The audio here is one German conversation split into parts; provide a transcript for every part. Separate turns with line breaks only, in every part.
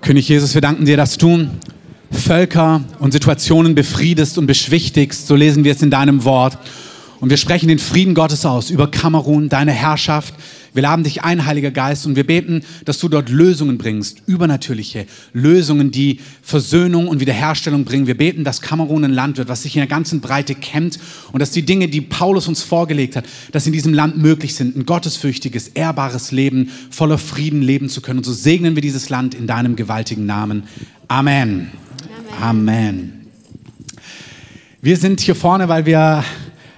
König Jesus, wir danken dir, dass du Völker und Situationen befriedest und beschwichtigst. So lesen wir es in deinem Wort. Und wir sprechen den Frieden Gottes aus über Kamerun, deine Herrschaft. Wir laden dich ein, Heiliger Geist, und wir beten, dass du dort Lösungen bringst, übernatürliche Lösungen, die Versöhnung und Wiederherstellung bringen. Wir beten, dass Kamerun ein Land wird, was sich in der ganzen Breite kennt und dass die Dinge, die Paulus uns vorgelegt hat, dass in diesem Land möglich sind, ein gottesfürchtiges, ehrbares Leben voller Frieden leben zu können. Und so segnen wir dieses Land in deinem gewaltigen Namen. Amen. Amen. Amen. Wir sind hier vorne, weil wir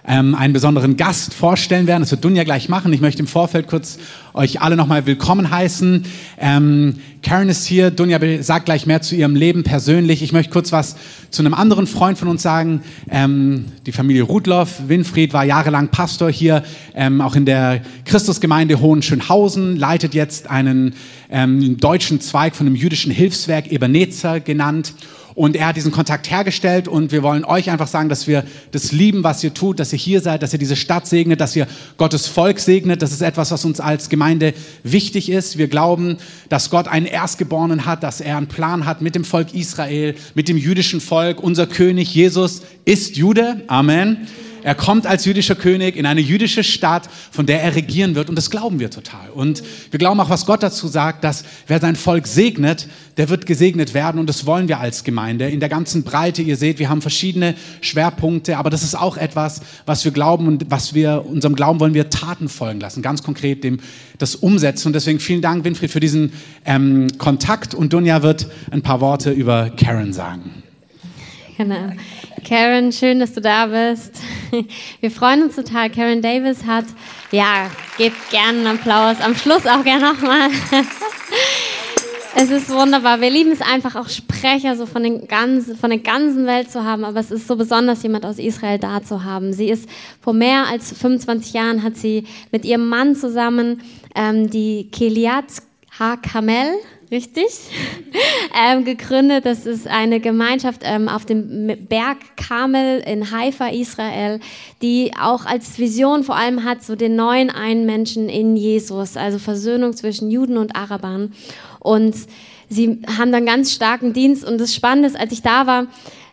ähm, einen besonderen Gast vorstellen werden. Das wird Dunja gleich machen. Ich möchte im Vorfeld kurz euch alle nochmal willkommen heißen. Ähm, Karen ist hier. Dunja sagt gleich mehr zu ihrem Leben persönlich. Ich möchte kurz was zu einem anderen Freund von uns sagen. Ähm, die Familie Rudloff. Winfried war jahrelang Pastor hier, ähm, auch in der Christusgemeinde Hohenschönhausen, leitet jetzt einen ähm, deutschen Zweig von einem jüdischen Hilfswerk, Ebenezer genannt. Und er hat diesen Kontakt hergestellt und wir wollen euch einfach sagen, dass wir das lieben, was ihr tut, dass ihr hier seid, dass ihr diese Stadt segnet, dass ihr Gottes Volk segnet. Das ist etwas, was uns als Gemeinde wichtig ist. Wir glauben, dass Gott einen Erstgeborenen hat, dass er einen Plan hat mit dem Volk Israel, mit dem jüdischen Volk. Unser König Jesus ist Jude. Amen. Er kommt als jüdischer König in eine jüdische Stadt, von der er regieren wird. Und das glauben wir total. Und wir glauben auch, was Gott dazu sagt, dass wer sein Volk segnet, der wird gesegnet werden. Und das wollen wir als Gemeinde in der ganzen Breite. Ihr seht, wir haben verschiedene Schwerpunkte, aber das ist auch etwas, was wir glauben und was wir unserem Glauben wollen wir Taten folgen lassen. Ganz konkret dem, das umsetzen. Und deswegen vielen Dank, Winfried, für diesen ähm, Kontakt. Und Dunja wird ein paar Worte über Karen sagen.
Genau. Karen, schön, dass du da bist. Wir freuen uns total. Karen Davis hat, ja, gebt gerne einen Applaus. Am Schluss auch gerne nochmal. Es ist wunderbar. Wir lieben es einfach auch Sprecher so von, den ganzen, von der ganzen Welt zu haben. Aber es ist so besonders, jemand aus Israel da zu haben. Sie ist vor mehr als 25 Jahren hat sie mit ihrem Mann zusammen ähm, die Keliat HaKamel richtig, ähm, gegründet. Das ist eine Gemeinschaft ähm, auf dem Berg Karmel in Haifa, Israel, die auch als Vision vor allem hat, so den neuen einen Menschen in Jesus, also Versöhnung zwischen Juden und Arabern. Und sie haben dann ganz starken Dienst. Und das Spannende ist, als ich da war,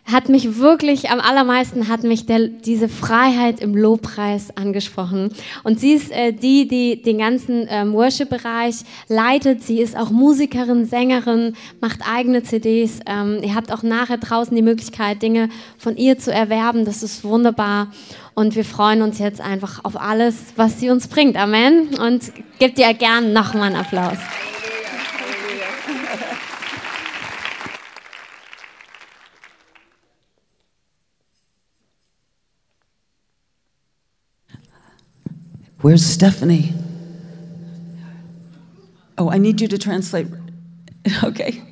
hat mich wirklich am allermeisten hat mich der, diese Freiheit im Lobpreis angesprochen. Und sie ist äh, die, die den ganzen ähm, Worship-Bereich leitet. Sie ist auch Musikerin, Sängerin, macht eigene CDs. Ähm, ihr habt auch nachher draußen die Möglichkeit, Dinge von ihr zu erwerben. Das ist wunderbar. Und wir freuen uns jetzt einfach auf alles, was sie uns bringt. Amen. Und gebt ihr gern nochmal einen Applaus.
Where's Stephanie? Oh, I need you to translate. Okay.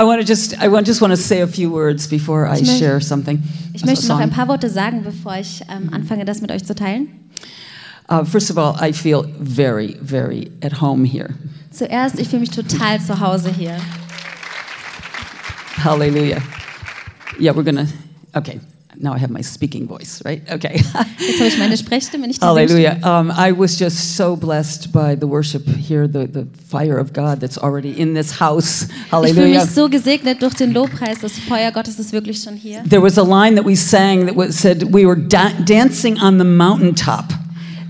I want to just I want, just want to say a few words before I
Ich möchte-
share something.
Ich
a
möchte noch
Also song. Mhm.
ein paar Worte sagen, bevor ich ähm, anfange, das mit euch zu teilen.
Uh, first of all, I feel very, very at home here.
Zuerst, ich fühle mich total zu Hause hier.
Hallelujah. Yeah, we're gonna. Okay, now I have my speaking voice, right? Okay.
Jetzt habe ich meine Sprechstimme, nicht die
Hallelujah. Um, I was just so blessed by the worship here, the, the fire of God that's already in this house.
Singstimme. Ich fühle
Hallelujah.
mich so gesegnet durch den Lobpreis. Das Feuer Gottes ist wirklich schon hier.
There was a line that we sang that was, said, We were da- dancing on the mountaintop,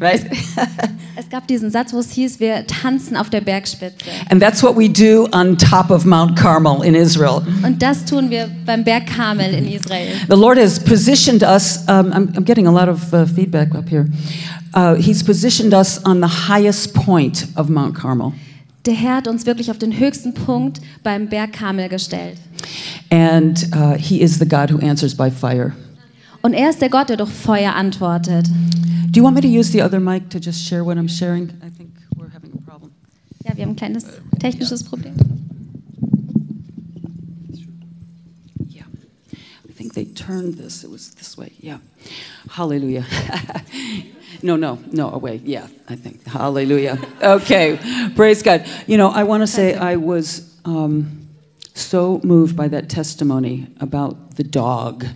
right?
Es gab diesen Satz, wo es hieß, wir tanzen auf der Bergspitze.
and that's what we do on top of Mount Carmel in Israel.
Und das tun wir beim Berg Karmel in Israel.
The Lord has positioned us, um, I'm, I'm getting a lot of uh, feedback up here. Uh, he's positioned us on the highest point of Mount Carmel.
Der Herr hat uns wirklich auf den höchsten Punkt beim Berg Karmel gestellt.
And uh, He is the God who answers by fire.
Und er ist der Gott, der durch Feuer antwortet.
Do you want me to use the other mic to just share what I'm sharing? I think we're having a problem.
Ja, wir haben ein kleines technisches Problem.
Yeah. I think they turned this. It was this way. Yeah. Hallelujah. no, no, no, away. Yeah, I think. Hallelujah. Okay. Praise God. You know, I want to say I was um, so moved by that testimony about the dog.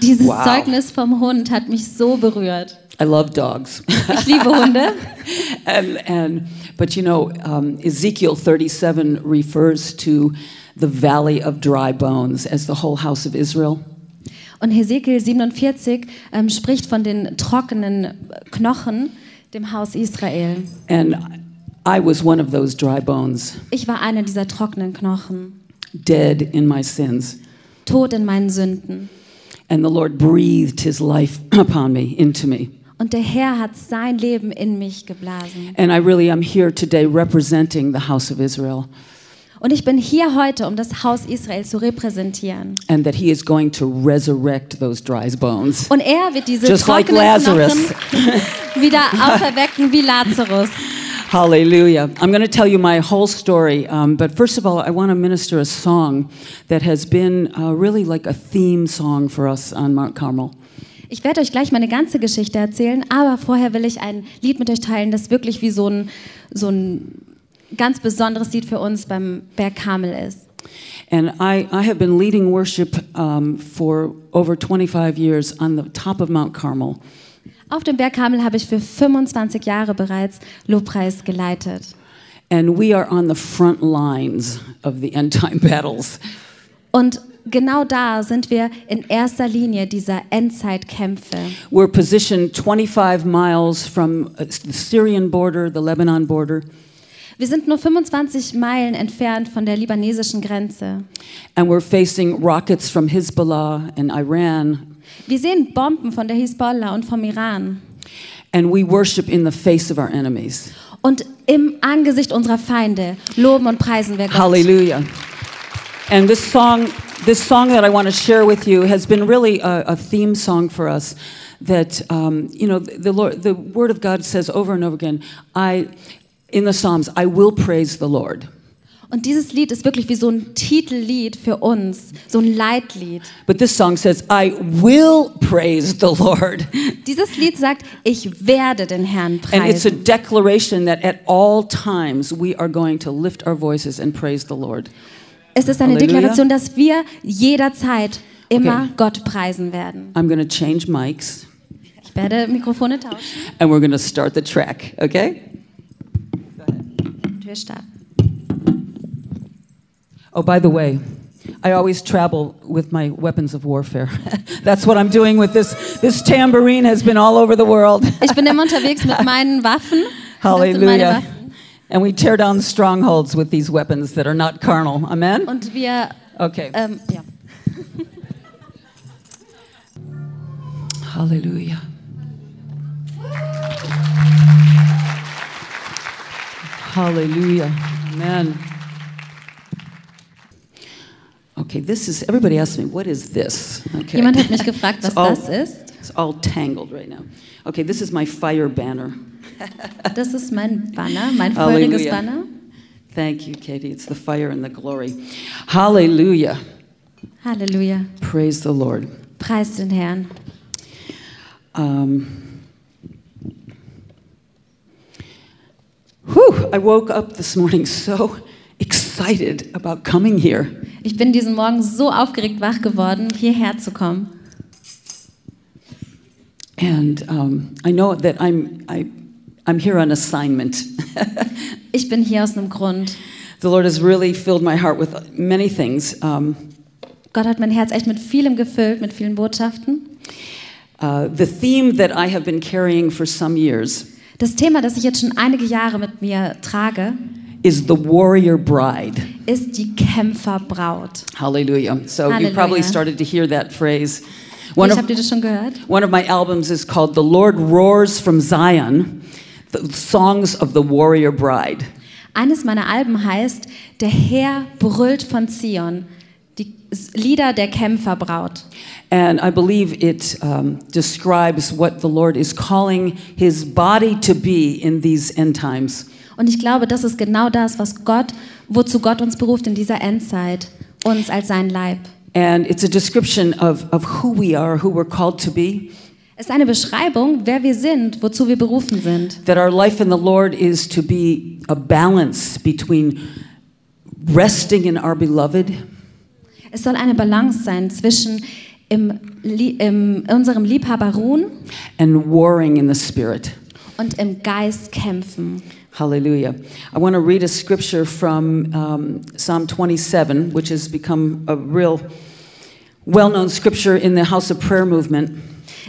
Dieses
Wow.
Zeugnis vom Hund hat mich so berührt.
I love dogs.
Ich liebe Hunde.
and, and, but you know, um, Ezekiel 37 refers to the valley of dry bones as the whole house of Israel.
Und Hesekiel 47 ähm, spricht von den trockenen Knochen, dem Haus Israel.
And I was one of those dry bones,
Ich war einer dieser trockenen Knochen,
dead in my sins.
tot in meinen Sünden.
And the Lord breathed his life upon me, into me.
Und der Herr hat sein Leben in mich geblasen.
And I really am here today representing the house of Israel,
Und ich bin hier heute, um das Haus Israel zu repräsentieren.
and that he is going to resurrect those dry bones.
Und er wird diese
Just like
trockenen
Lazarus.
Knochen wieder auferwecken wie Lazarus.
Hallelujah. I'm going to tell you my whole story, um, but first of all, I want to minister a song that has been uh, really like a theme song for us on Mount Carmel.
Ich werde euch gleich meine ganze Geschichte erzählen, aber vorher will ich ein Lied mit euch teilen, das wirklich wie so ein, so ein ganz besonderes Lied für uns beim Berg Kamel ist.
And I, I have been leading worship um, for over 25 years on the top of Mount Carmel.
Auf dem Berg Kamel habe ich für 25 Jahre bereits Lobpreis geleitet.
And we are on the front lines of the end time battles.
Und genau da sind wir in erster Linie dieser Endzeitkämpfe.
We're positioned 25 miles from uh, the Syrian border, the Lebanon border,
Wir sind nur 25 Meilen entfernt von der libanesischen Grenze.
and we're facing rockets from Hezbollah and Iran.
Wir sehen Bomben von der Hisbollah und vom Iran.
And we worship in the face of our enemies.
Und im Angesicht unserer Feinde loben und preisen wir Gott.
Hallelujah. And this song, this song that I want to share with you has been really a, a theme song for us. That um, you know, the Lord, the Word of God says over and over again. I, in the Psalms, I will praise the Lord.
Und dieses Lied ist wirklich wie so ein Titellied für uns, so ein Leitlied.
But this song says, I will praise the Lord.
Dieses Lied sagt, ich werde den Herrn
And it's a
preisen.
declaration that at all times we are going to lift our voices and praise the Lord.
Es ist eine
Halleluja.
Deklaration, dass wir jederzeit immer
Okay.
Gott preisen werden.
I'm going to change mics
Ich werde Mikrofone tauschen
and we're going to start the track, okay?
und wir starten.
Oh, by the way, I always travel with my weapons of warfare. That's what I'm doing with this. This tambourine has been all over the world.
Ich bin immer unterwegs mit meinen Waffen. Das sind meine
Hallelujah.
Waffen.
And we tear down strongholds with these weapons that are not carnal. Amen?
Und wir,
Okay.
ähm, ja.
Hallelujah. Hallelujah. Amen. Okay, this is, everybody asks me, what is this? Okay.
Jemand hat mich gefragt, was
It's all-
das ist.
It's all tangled right now. Okay, this is my fire banner.
Das ist mein Banner, mein feuriges
Halleluja.
Banner.
Thank you, Katie. It's the fire and the glory. Hallelujah.
Halleluja.
Praise the Lord.
Preis den Herrn.
Um, whew, I woke up this morning so excited about coming here.
Ich bin diesen Morgen so aufgeregt wach geworden, hierher zu kommen.
And um, I know that I'm, I, I'm here on assignment.
Ich bin hier aus einem Grund.
the Lord has really filled my heart with many things. Um,
Gott hat mein Herz echt mit vielem gefüllt, mit vielen Botschaften.
uh, the theme that I have been carrying for some years
Das Thema, das ich jetzt schon einige Jahre mit mir trage,
is the warrior bride.
ist die Kämpferbraut.
Hallelujah. So you probably
Hallelujah.
started to hear that phrase. One
Ich habt ihr
of,
das schon gehört?
one of my albums is called The Lord Roars from Zion, the Songs of the Warrior Bride.
Eines meiner Alben heißt Der Herr brüllt von Zion, die Lieder der Kämpferbraut.
And I believe it um, describes what the Lord is calling his body to be in these end times.
Und ich glaube, das ist genau das, was Gott, wozu Gott uns beruft in dieser Endzeit, uns als sein Leib.
And it's a description of, of who we are, who we're called to be,
Es ist eine Beschreibung, wer wir sind, wozu wir berufen sind.
that our life in the Lord is to be a balance between resting in our beloved
Es soll eine Balance sein zwischen im, Lie- im, in unserem Liebhaber ruhen
and warring in the spirit.
und im Geist kämpfen.
Hallelujah. I want to read a scripture from um, Psalm 27, which has become a real well known scripture in the house of prayer movement.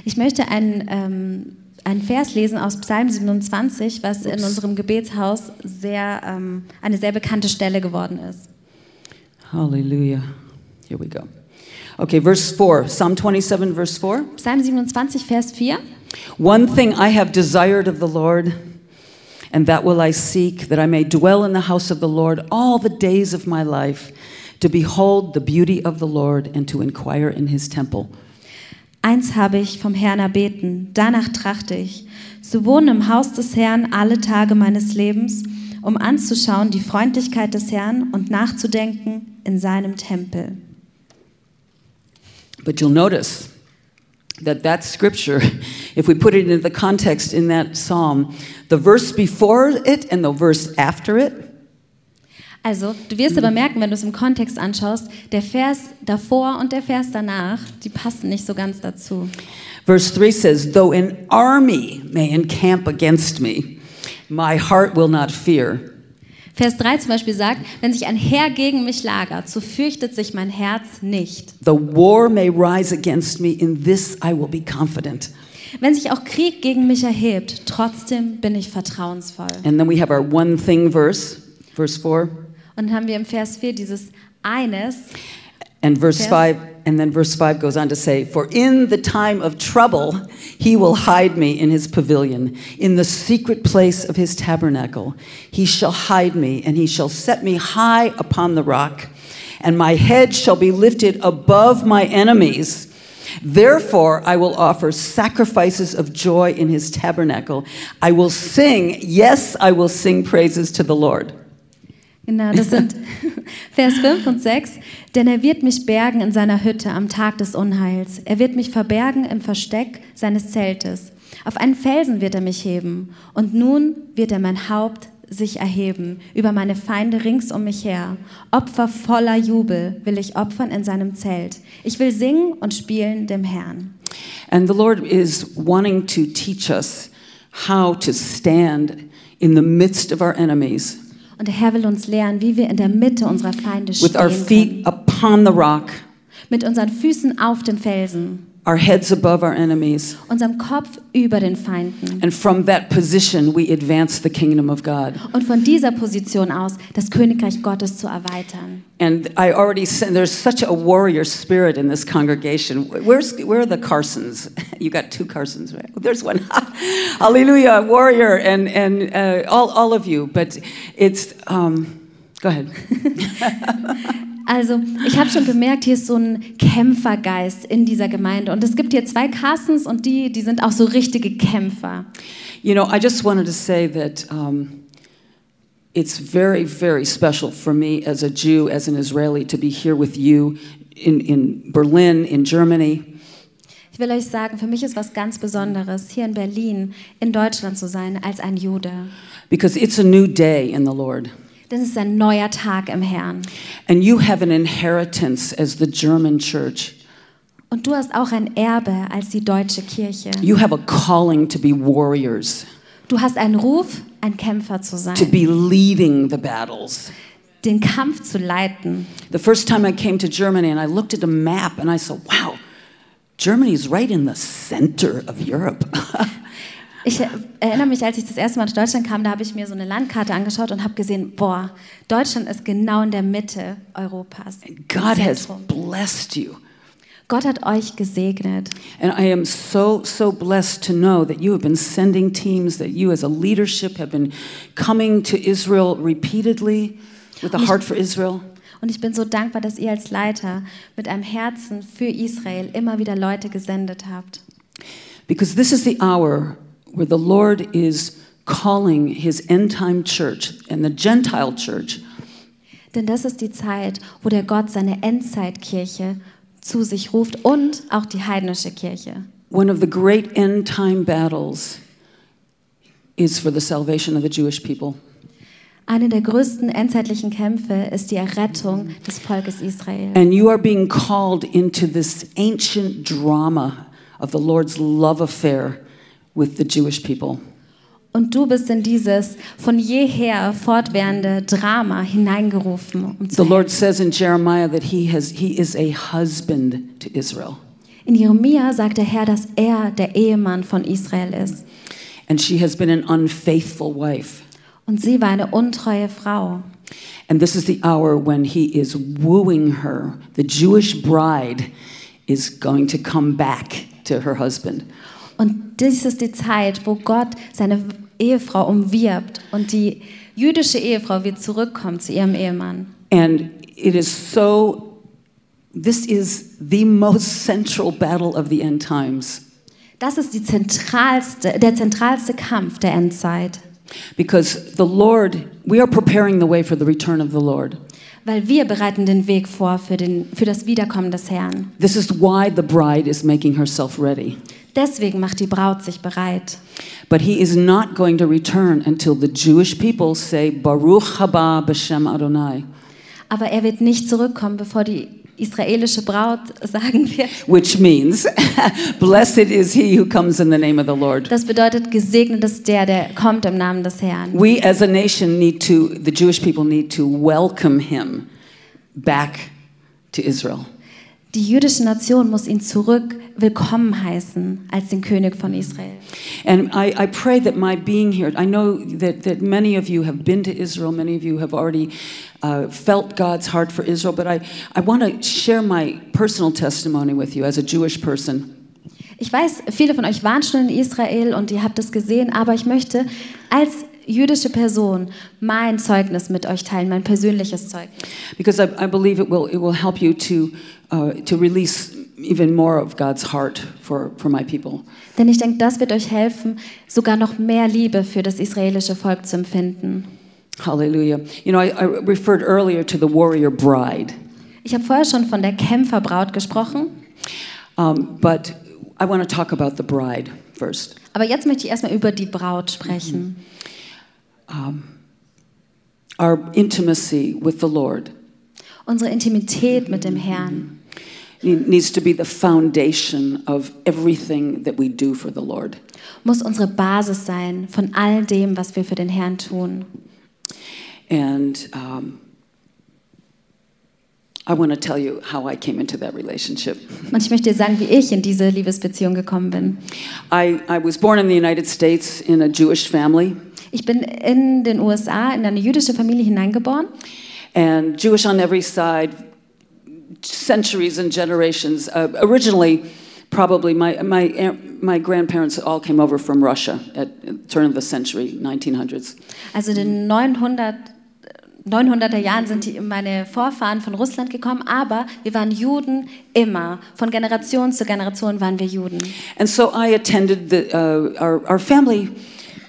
Ich möchte einen, ähm, einen Vers lesen aus Psalm 27, was in unserem Gebetshaus sehr, ähm, eine sehr bekannte Stelle geworden ist.
Hallelujah. Here we go. Okay, verse 4, Psalm 27, verse 4.
Psalm 27, Vers 4.
One thing I have desired of the Lord, and that will I seek, that I may dwell in the house of the Lord all the days of my life, to behold the beauty of the Lord and to inquire in his temple.
Eins habe ich vom Herrn erbeten, danach trachte ich, zu wohnen im Haus des Herrn alle Tage meines Lebens, um anzuschauen die Freundlichkeit des Herrn und nachzudenken in seinem Tempel.
But you'll notice that that scripture, if we put it into the context in that psalm, the verse before it and the verse after it
Also, du wirst aber merken, wenn du es im Kontext anschaust, der Vers davor und der Vers danach, die passen nicht so ganz dazu.
Verse 3 says, Though an army may encamp against me, my heart will not fear.
Vers 3 zum Beispiel sagt, wenn sich ein Heer gegen mich lagert, so fürchtet sich mein Herz nicht.
The war may rise against me, in this I will be confident.
Wenn sich auch Krieg gegen mich erhebt, trotzdem bin ich vertrauensvoll.
And then we have our one thing verse, verse 4,
Und dann haben wir im Vers 4 dieses eines.
and verse
Yes.
5, and then verse 5 goes on to say, For in the time of trouble, he will hide me in his pavilion, in the secret place of his tabernacle. He shall hide me, and he shall set me high upon the rock, and my head shall be lifted above my enemies. Therefore, I will offer sacrifices of joy in his tabernacle. I will sing, yes, I will sing praises to the Lord.
Genau, das sind Vers 5 und 6. Denn er wird mich bergen in seiner Hütte am Tag des Unheils. Er wird mich verbergen im Versteck seines Zeltes. Auf einen Felsen wird er mich heben. Und nun wird er mein Haupt sich erheben über meine Feinde rings um mich her. Opfer voller Jubel will ich opfern in seinem Zelt. Ich will singen und spielen dem Herrn.
And the Lord is wanting to teach us how to stand in the midst of our enemies
Und der Herr will uns lehren, wie wir in der Mitte unserer Feinde stehen
with our
können.
feet upon the rock,
Mit unseren Füßen auf dem Felsen.
our heads above our enemies.
unserem Kopf über den Feinden.
And from that position, we advance the kingdom of God.
Und von dieser Position aus das Königreich Gottes zu erweitern.
And I already said there's such a warrior spirit in this congregation. Where's, where are the Carsons? You got two Carsons, right? There's one. Hallelujah, warrior, and, and uh, all, all of you. But it's, um, go ahead.
Also, ich habe schon gemerkt, hier ist so ein Kämpfergeist in dieser Gemeinde. Und es gibt hier zwei Carstens und die, die sind auch so richtige Kämpfer.
You know, I just wanted to say that um, it's very, very special for me as a Jew, as an Israeli, to be here with you in, in Berlin, in Germany.
Ich will euch sagen, für mich ist was ganz Besonderes, hier in Berlin, in Deutschland zu sein, als ein Jude.
Because it's a new day in the Lord.
Das ist ein neuer Tag im Herrn.
And you have an inheritance as the German church.
Und du hast auch ein Erbe als die deutsche Kirche.
You have a calling to be warriors,
Du hast einen Ruf, ein Kämpfer zu
to
sein,
be leading the battles.
den Kampf zu leiten.
The first time I came to Germany and I looked at a map and I said, wow, Germany's right in the center of Europe.
Ich äh, erinnere mich, als ich das erste Mal nach Deutschland kam, da habe ich mir so eine Landkarte angeschaut und habe gesehen, boah, Deutschland ist genau in der Mitte Europas.
God has
Zentrum.
blessed you.
Gott hat euch gesegnet.
And I am so, so blessed to know that you have been sending teams, that you as a leadership have been coming to Israel repeatedly with a heart for Israel.
Und ich bin so dankbar, dass ihr als Leiter mit einem Herzen für Israel immer wieder Leute gesendet habt.
Because this is the hour where the Lord is calling his end time church and the Gentile church
Denn das ist die Zeit, wo der Gott seine Endzeitkirche zu sich ruft und auch die heidnische Kirche.
One of the great end time battles is for the salvation of the Jewish people.
Eine der größten endzeitlichen Kämpfe ist die Errettung des Volkes Israel.
And you are being called into this ancient drama of the Lord's love affair with the Jewish people.
Und du bist in dieses von jeher fortwährende Drama hineingerufen. Um zu
The Lord says in Jeremiah that he has he is a husband to Israel.
in Jeremia sagt der Herr, dass er der Ehemann von Israel ist.
And she has been an unfaithful wife.
Und sie war eine untreue Frau.
And this is the hour when he is wooing her. The Jewish bride is going to come back to her husband.
Und dies ist die Zeit, wo Gott seine Ehefrau umwirbt und die jüdische Ehefrau wird zurückkommen zu ihrem Ehemann.
And it is so this is the most central battle of the end times
Das ist die zentralste, der zentralste Kampf der Endzeit,
because the Lord we are preparing the way for the return of the Lord.
weil wir bereiten den Weg vor für, den, für das Wiederkommen des Herrn.
This is why the bride is making herself ready.
Deswegen macht die Braut sich bereit.
But he is not going to return until the Jewish people say, Baruch haba b'shem Adonai,
Aber er wird nicht zurückkommen, bevor die israelische Braut sagen wird.
which means, blessed is he who comes in the name of the Lord.
Das bedeutet, gesegnet ist der, der kommt im Namen des Herrn.
We as a nation need to, the Jewish people need to welcome him back to Israel.
Die jüdische Nation muss ihn zurück willkommen heißen als den König von Israel.
And I, I pray that my being here, I know that, that many of you have been to Israel, many of you have already uh, felt God's heart for Israel, but I, I want to share my personal testimony with you as a Jewish person.
Ich weiß, viele von euch waren schon in Israel und ihr habt es gesehen, aber ich möchte als jüdische Person mein Zeugnis mit euch teilen, mein persönliches Zeugnis.
because I, I believe it will, it will help you to, uh, to release even more of God's heart for, for my people.
Denn ich denke, das wird euch helfen, sogar noch mehr Liebe für das israelische Volk zu empfinden.
Hallelujah. You know, I, I referred earlier to the warrior bride,
Ich habe vorher schon von der Kämpferbraut gesprochen,
um, but I want to talk about the bride first.
aber jetzt möchte ich erstmal über die Braut sprechen.
Our intimacy with the Lord
Unsere Intimität mit dem Herrn.
ne- needs to be the foundation of everything that we do for the Lord.
muss unsere Basis sein von all dem, was wir für den Herrn tun.
And um, I want to tell you how I came into that relationship.
Und ich möchte dir sagen, wie ich in diese Liebesbeziehung gekommen bin.
I, I was born in the United States in a Jewish family,
Ich bin in den USA in eine jüdische Familie hineingeboren
and Jewish on every side, centuries and generations. Uh, originally, probably my, my, aunt- my grandparents all came over from Russia at, at turn of the century, 1900s.
Also in den 900, 900er Jahren sind die, meine Vorfahren von Russland gekommen, aber wir waren Juden immer. Von Generation zu Generation waren wir Juden.
And so I attended the, uh, our, our family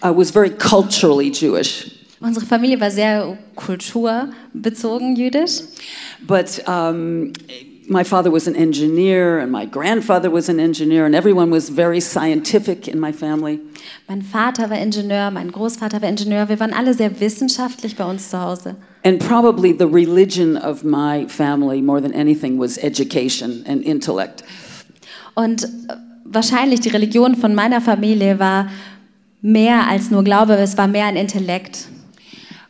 uh, was very culturally Jewish,
Unsere Familie war sehr kulturbezogen jüdisch.
but um, my father was an engineer, and my grandfather was an engineer, and everyone was very scientific in my family.
Mein Vater war Ingenieur, mein Großvater war Ingenieur. Wir waren alle sehr wissenschaftlich bei uns zu Hause.
And probably the religion of my family, more than anything, was education and intellect.
Und äh, wahrscheinlich die Religion von meiner Familie war mehr als nur Glaube, es war mehr ein Intellekt.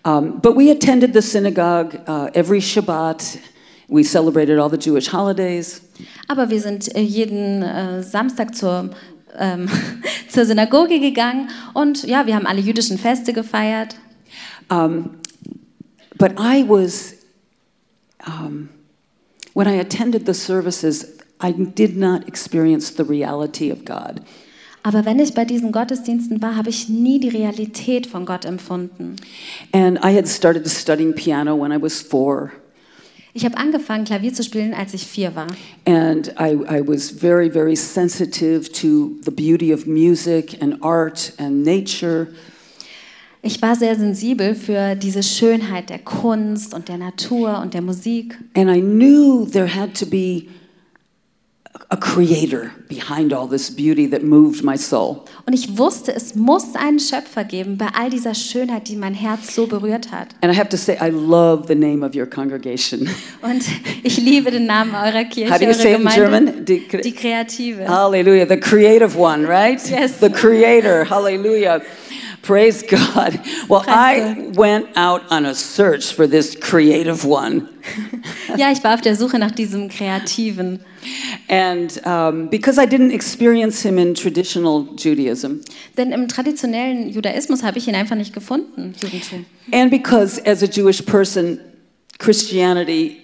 Um, but we attended the synagogue uh, every Shabbat. We celebrated all the Jewish holidays.
Aber wir sind äh, jeden äh, Samstag zur, ähm, zur Synagoge gegangen und ja, wir haben alle jüdischen Feste gefeiert.
Um, but I was, um, when I attended the services, I did not experience the reality of God.
Aber wenn ich bei diesen Gottesdiensten war, habe ich nie die Realität von Gott empfunden.
And I had started studying piano when I was four.
Ich habe angefangen, Klavier zu spielen, als ich vier war.
And I, I was very, very sensitive to the beauty of music and art and nature.
Ich war sehr sensibel für diese Schönheit der Kunst und der Natur und der Musik.
And I knew there had to be a creator behind all this beauty that moved my soul.
Und ich wusste, es muss einen Schöpfer geben bei all dieser Schönheit, die mein Herz so berührt hat.
And I have to say, I love the name of your congregation.
Und ich liebe den Namen eurer Kirche,
How do you
eurer
say it in German?
Gemeinde,
Die Ah. Kre-
die Kreative.
Hallelujah. The creative one, right?
Yes.
The creator. Hallelujah. Praise God. Well, I went out on a search for this creative one.
Ja, ich war auf der Suche nach diesem Kreativen,
And um, because I didn't experience him in traditional Judaism,
denn im traditionellen Judaismus habe ich ihn einfach nicht gefunden, Judentum.
and because as a Jewish person, Christianity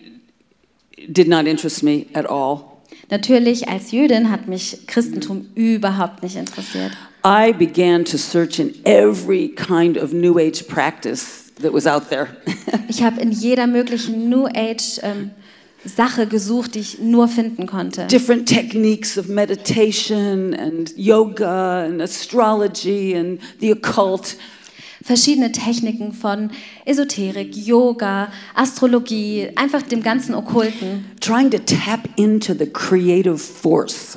did not interest me at all,
Natürlich als Jüdin hat mich Christentum überhaupt nicht interessiert.
I began to search in every kind of New Age practice that was out there.
Ich habe in jeder möglichen New Age ähm, Sache gesucht, die ich nur finden konnte.
different techniques of meditation and yoga and astrology and the occult.
Verschiedene Techniken von Esoterik, Yoga, Astrologie, einfach dem ganzen Okkulten,
Trying to tap into the creative force.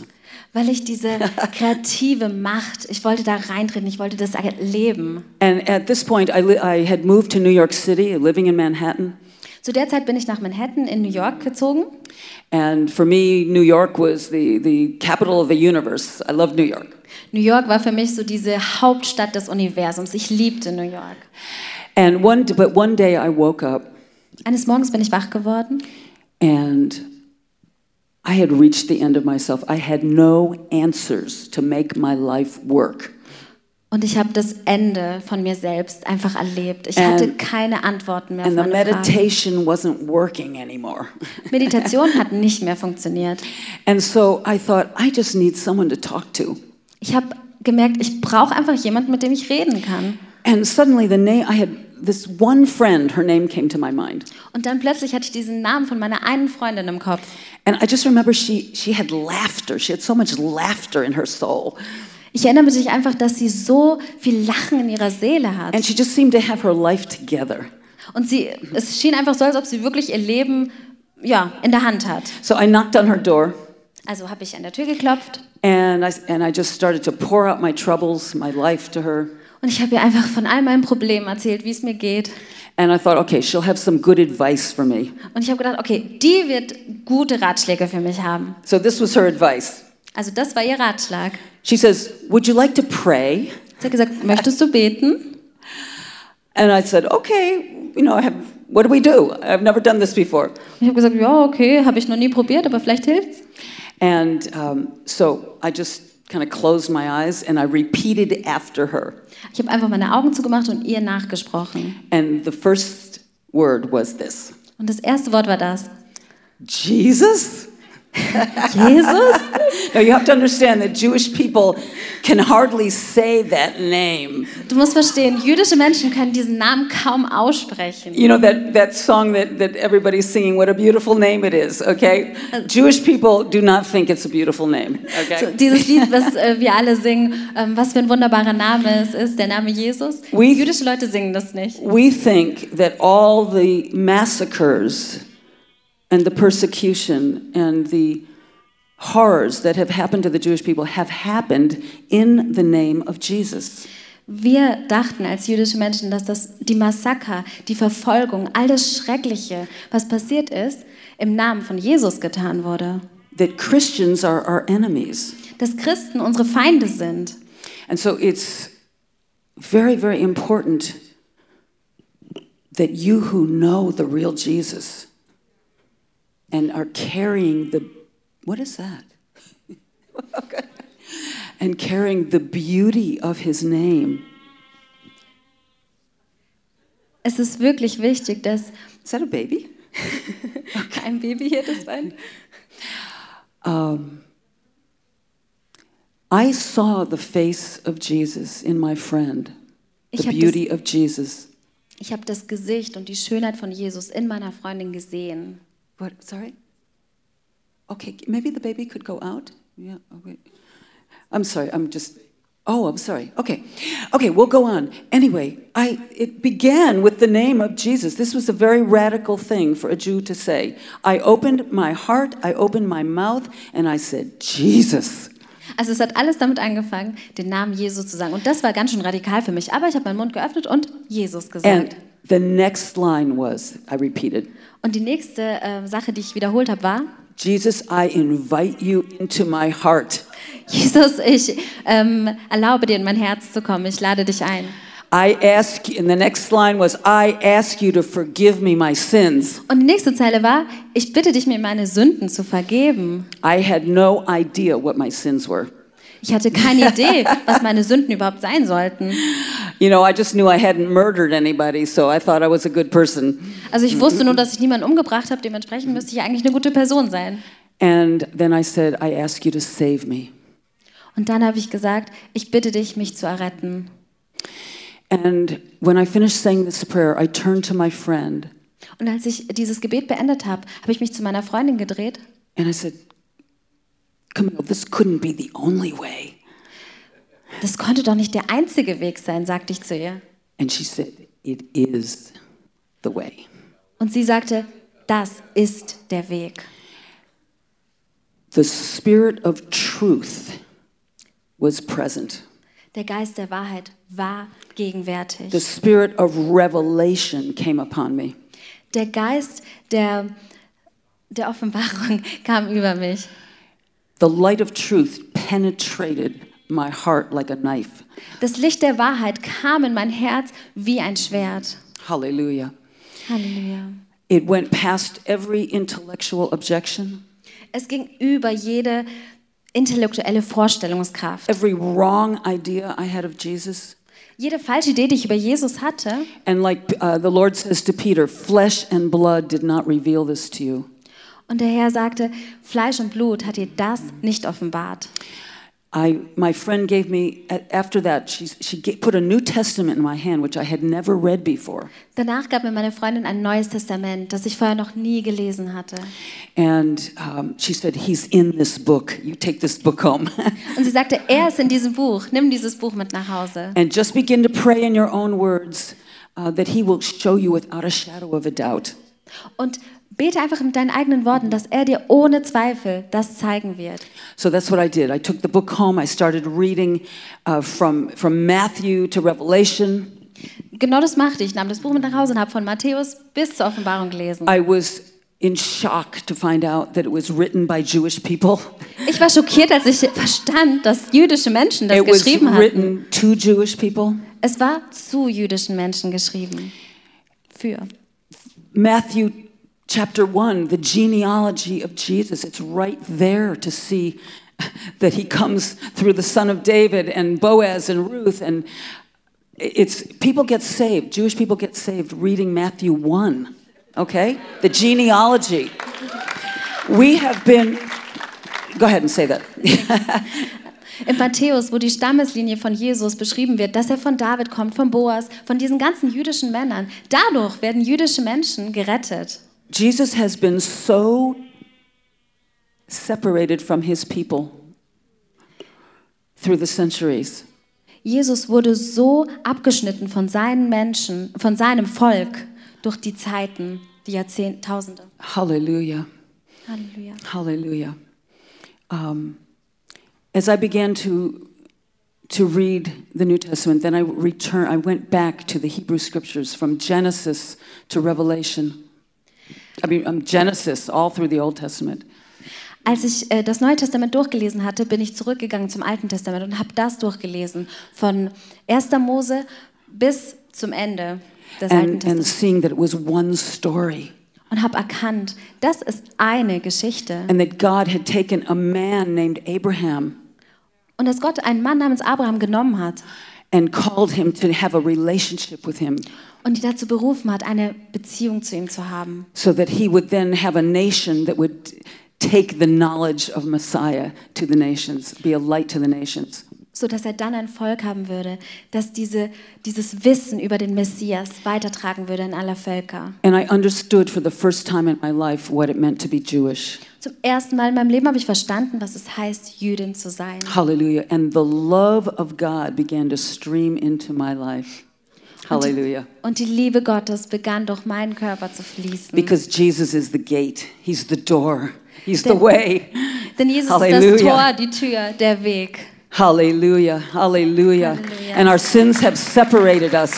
weil ich diese kreative Macht, ich wollte da reintreten, ich wollte das erleben.
And at this point, I, li- I had moved to New York City, living in Manhattan.
Zu der Zeit bin ich nach Manhattan in New York gezogen.
And for me, New York was the, the capital of the universe. I loved New York.
New York war für mich so diese Hauptstadt des Universums. Ich liebte New York.
And one, d- but one day I woke up
Eines Morgens bin ich wach geworden
and I had reached the end of myself. I had no answers to make my life work.
und ich habe das Ende von mir selbst einfach erlebt. Ich hatte
And-
keine Antworten mehr. Auf
And the
meine Fragen.
meditation wasn't working anymore.
Meditation hat nicht mehr funktioniert.
And so I thought, I just need someone to talk to.
Ich habe gemerkt, ich brauche einfach jemanden, mit dem ich reden kann.
And suddenly the name, I had this one friend, her name came to my mind.
Und dann plötzlich hatte ich diesen Namen von meiner einen Freundin im Kopf.
And I just remember she, she had laughter. She had so much laughter in her soul.
Ich erinnere mich einfach, dass sie so viel Lachen in ihrer Seele hat.
And she just seemed to have her life together.
Und sie, es schien einfach so, als ob sie wirklich ihr Leben ja, in der Hand hat.
So I knocked on her door
Also habe ich an der Tür geklopft
and I, and I just started to pour out my troubles, my life to her.
und ich habe ihr einfach von all meinen Problemen erzählt, wie es mir geht.
And I thought, okay, she'll have some good advice for me.
Und ich habe gedacht, okay, die wird gute Ratschläge für mich haben.
So this was her advice.
Also das war ihr Ratschlag.
She says, Would you like to pray?
Sie hat gesagt, möchtest du beten?
And I said, okay, you know, I have, what do we do? I've never done this before.
Und ich habe gesagt, ja, okay, habe ich noch nie probiert, aber vielleicht hilft's.
And um, so I just kind of closed my eyes and I repeated after her.
Ich habe einfach meine Augen zugemacht und ihr nachgesprochen.
And the first word was this
Und das erste Wort war das.
Jesus?
Jesus?
Now you have to understand that Jewish people can hardly say that name.
Du musst verstehen, jüdische Menschen können diesen Namen kaum aussprechen.
You know that, that song that, that everybody's singing, what a beautiful name it is, okay? Jewish people do not think it's a beautiful name,
So,
okay?
dieses Lied, was äh, wir alle singen, ähm, was für ein wunderbarer Name es ist, der Name Jesus.
We-
Jüdische Leute singen das nicht.
We think that all the massacres and the persecution and the horrors that have happened to the Jewish people have happened in the name of Jesus.
Wir dachten als jüdische Menschen, dass das die Massaker, die Verfolgung, all das Schreckliche, was passiert ist, im Namen von Jesus getan wurde.
That Christians are our enemies.
Dass Christen unsere Feinde sind.
And so it's very, very important that you who know the real Jesus and are carrying the, what is that? and carrying the beauty of his name.
Es ist wirklich wichtig, dass
Is that a baby?
kein Baby hier das Bein.
I saw the face of Jesus in my friend,
Ich
the
hab das-
beauty of Jesus.
Ich habe das Gesicht und die Schönheit von Jesus in meiner Freundin gesehen.
What? Sorry. Okay, maybe the baby could go out. Yeah. Okay. I'm oh, sorry. I'm just Oh, I'm sorry. Okay. Okay, we'll go on. Anyway, I it began with the name of Jesus. This was a very radical thing for a Jew to say. I opened my heart, I opened my mouth, and I said, "Jesus."
Also es hat alles damit angefangen, den Namen Jesus zu sagen. Und das war ganz schön radikal für mich. Aber ich habe meinen Mund geöffnet und Jesus gesagt.
And the next line was, I repeated,
und die nächste ähm, Sache, die ich wiederholt habe, war,
"Jesus, I invite you into my heart.
Jesus, ich ähm, erlaube dir in mein Herz zu kommen. Ich lade dich ein.
I ask you." And the next line was, "I ask you to forgive me my sins."
Und die nächste Zeile war, ich bitte dich, mir meine Sünden zu vergeben.
I had no idea what my sins were.
Ich hatte keine Idee, was meine Sünden überhaupt sein sollten.
You know, I just knew I hadn't murdered anybody, so I thought I was a good person.
Also ich wusste nur, dass ich niemanden umgebracht habe. Dementsprechend müsste ich ja eigentlich eine gute Person sein.
And then I said, I ask you to save me.
Und dann habe ich gesagt, ich bitte dich, mich zu erretten.
And when I finished saying this prayer, I turned to my friend
Und als ich dieses Gebet beendet habe, habe ich mich zu meiner Freundin gedreht
and I said, Camille, this couldn't be the only way.
Das konnte doch nicht der einzige Weg sein, sagte ich zu ihr.
And she said, It is the way.
Und sie sagte, das ist der Weg.
The spirit of truth was present,
Der Geist der Wahrheit war
the
gegenwärtig.
spirit of revelation came upon me.
Der Geist der, der Offenbarung kam über mich.
The light of truth penetrated my heart like a knife.
Das Licht der Wahrheit kam in mein Herz wie ein Schwert.
Hallelujah.
Halleluja.
It went past every intellectual objection,
Es ging über jede intellektuelle Vorstellungskraft.
every wrong idea I had of Jesus.
Jede falsche Idee, die ich über Jesus hatte.
And like uh, the Lord says to Peter, flesh and blood did not reveal this to you.
Und der Herr sagte, Fleisch und Blut hat dir das nicht offenbart.
I, my friend gave me, a- after that, she, she ga- put a New Testament in my hand, which I had never read before.
Danach gab mir meine Freundin ein neues Testament, das ich vorher noch nie gelesen hatte.
And um, she said, He's in this book. You take this book home.
Und sie sagte, er ist in diesem Buch, nimm dieses Buch mit nach Hause.
and just begin to pray in your own words uh, that He will show you without a shadow of a doubt.
Und bete einfach mit deinen eigenen Worten, dass er dir ohne Zweifel das zeigen wird.
So that's what I did. I took the book home. I started reading uh, from, from Matthew to Revelation.
Genau das machte ich, nahm das Buch mit nach Hause und habe von Matthäus bis zur Offenbarung gelesen.
I was in shock to find out that it was written by Jewish people.
Ich war schockiert, als ich verstand, dass jüdische Menschen das
it was
geschrieben hatten.
written to Jewish people.
Es war zu jüdischen Menschen geschrieben. Für.
Matthew chapter 1, the genealogy of Jesus, it's right there to see that he comes through the son of David and Boaz and Ruth and it's people get saved. Jewish people get saved reading Matthew 1. Okay? The genealogy. We have been Go ahead and say that.
In Matthäus, wo die Stammeslinie von Jesus beschrieben wird, dass er von David kommt, von Boas, von diesen ganzen jüdischen Männern. Dadurch werden jüdische Menschen gerettet.
Jesus has been so separated from his people through the centuries.
Jesus wurde so abgeschnitten von seinen Menschen, von seinem Volk durch die Zeiten, die Jahrzehntausende.
Hallelujah.
Halleluja.
Hallelujah. Um, as I began to to read the New Testament, then I return I went back to the Hebrew scriptures from Genesis to Revelation. I mean um, Genesis all through the Old Testament.
Als ich äh, das Neue Testament durchgelesen hatte, bin ich zurückgegangen zum Alten Testament und habe das durchgelesen. Von 1. Mose bis zum Ende des Alten
And, and
Testaments.
seeing that it was one story.
Und habe erkannt, das ist eine Geschichte.
And that God had taken a man named Abraham
Und dass Gott einen Mann namens Abraham genommen hat
and called him to have a relationship with him
und ihn dazu berufen hat, eine Beziehung zu ihm zu haben.
so that he would then have a nation that would take the knowledge of Messiah to the nations, be a light to the nations.
so dass er dann ein Volk haben würde, das diese, dieses Wissen über den Messias weitertragen würde in aller Völker.
And I understood for the first time in my life what it meant to be Jewish.
Zum ersten Mal in meinem Leben habe ich verstanden, was es heißt, Jüdin zu sein.
Hallelujah. And the love of God began to stream into my life. Hallelujah.
Und die Liebe Gottes begann durch meinen Körper zu fließen.
Because Jesus is the gate, He's the door, He's the
Then-
way.
Denn Jesus ist das Tor,
Hallelujah.
die Tür, der Weg.
Hallelujah. Hallelujah.
Hallelujah.
And our sins have separated us